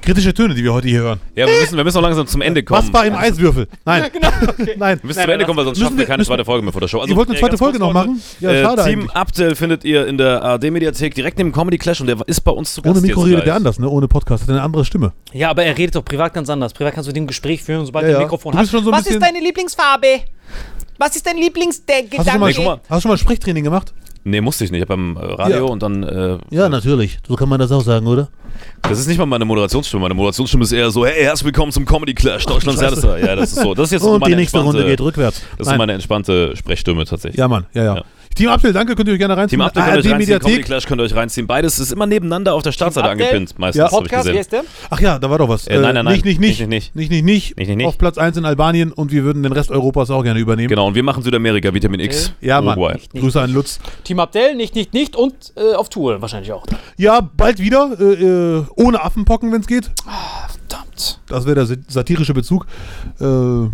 B: kritische Töne, die wir heute hier hören.
A: Ja, wir müssen, wir müssen auch langsam zum Ende kommen.
B: Was war im Eiswürfel? Nein.
C: genau, okay.
B: Nein.
A: Wir müssen zum Ende kommen, weil sonst
B: müssen
A: schaffen wir
B: wir-
A: keine
B: müssen-
A: zweite Folge mehr vor der Show. Also,
B: Ihr wollt eine
A: äh,
B: zweite
A: ganz
B: Folge
A: kurz
B: noch
A: Leute.
B: machen? Ja, schade
A: äh, Team
B: eigentlich.
A: Abdel findet ihr in der ARD-Mediathek direkt neben Comedy Clash und der ist bei uns zu Gast.
B: Ohne Mikro
A: jetzt
B: redet der
A: gleich.
B: anders, ne? Ohne Podcast hat er eine andere Stimme.
C: Ja, aber er redet doch privat ganz anders. Privat kannst du dem Gespräch führen, sobald
B: Ja,
C: er ein
B: ja.
C: Mikrofon
B: Du
C: hat.
B: bist schon so ein
C: Was ist
B: bisschen-
C: deine Lieblingsfarbe? Was ist dein Lieblingsgedanke?
B: Hast du schon mal,
A: Nee, guck mal.
B: hast du schon mal Sprechtraining gemacht?
A: Nee, musste ich nicht. Ich hab beim äh, Radio
B: Ja.
A: und dann. Äh,
B: natürlich. So kann man das auch sagen, oder?
A: das ist nicht mal meine Moderationsstimme. Meine Moderationsstimme ist eher so: Hey, herzlich willkommen zum Comedy Clash, Deutschlands härtester. Ja, das ist so. Das ist jetzt so
B: Und
A: meine
B: die nächste
A: entspannte-
B: Runde geht rückwärts.
A: Das ist meine entspannte Sprechstimme tatsächlich.
B: Ja, Mann. Ja, ja.
A: Ja.
B: Team Abdel, danke. Könnt ihr euch gerne reinziehen.
A: Team Abdel könnt ihr euch reinziehen, Comedy
B: Mediathek.
A: Clash könnt ihr euch reinziehen. Beides ist immer nebeneinander auf der Startseite
C: Abdel?
A: angepinnt, meistens,
B: Ja.
A: hab ich
C: Podcast, wie
A: gesehen.
C: heißt der?
B: Ach ja, da war doch was.
A: Äh, nein, nein, nein.
B: Nicht, nicht, nicht. Nicht, nicht, nicht.
A: Nicht, nicht, nicht.
B: Auf Platz 1 in Albanien und wir würden den Rest Europas auch gerne übernehmen.
A: Genau, und wir machen Südamerika, Vitamin X. Oh,
B: Ja, Mann.
A: Uruguay.
C: nicht.
B: Grüße an Lutz.
C: Team Abdel, nicht, nicht, nicht und äh, auf Tour wahrscheinlich auch.
B: Ja, bald wieder. Äh, äh, ohne Affenpocken, wenn es geht.
C: Verdammt.
B: Das wäre der sa- satirische Bezug. Äh,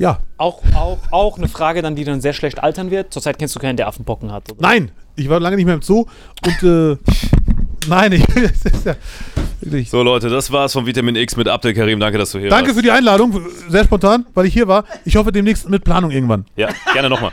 B: ja.
C: Auch, auch, auch eine Frage dann, die dann sehr schlecht altern wird. Zurzeit kennst du keinen, der Affenpocken hat. Oder?
B: Nein, ich war lange nicht mehr im Zoo und äh, nein, ich. Das ist ja wirklich.
A: So, Leute, das war's von Vitamin X mit Abdel Karim. Danke, dass du hier
B: Danke
A: warst.
B: für die Einladung, sehr spontan, weil ich hier war. Ich hoffe demnächst mit Planung irgendwann.
A: Ja, gerne nochmal.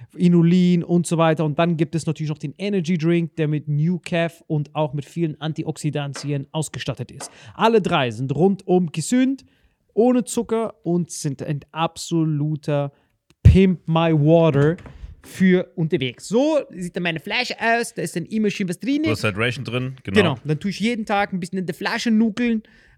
F: Inulin und so weiter. Und dann gibt es natürlich noch den Energy Drink, der mit New Calf und auch mit vielen Antioxidantien ausgestattet ist. Alle drei sind rundum gesund, ohne Zucker und sind ein absoluter Pimp My Water für unterwegs. So sieht dann meine Flasche aus, da ist dann immer schön was drin.
E: Du hast Hydration drin, genau.
F: Genau. Dann tue ich jeden Tag ein bisschen in der Flasche nuckeln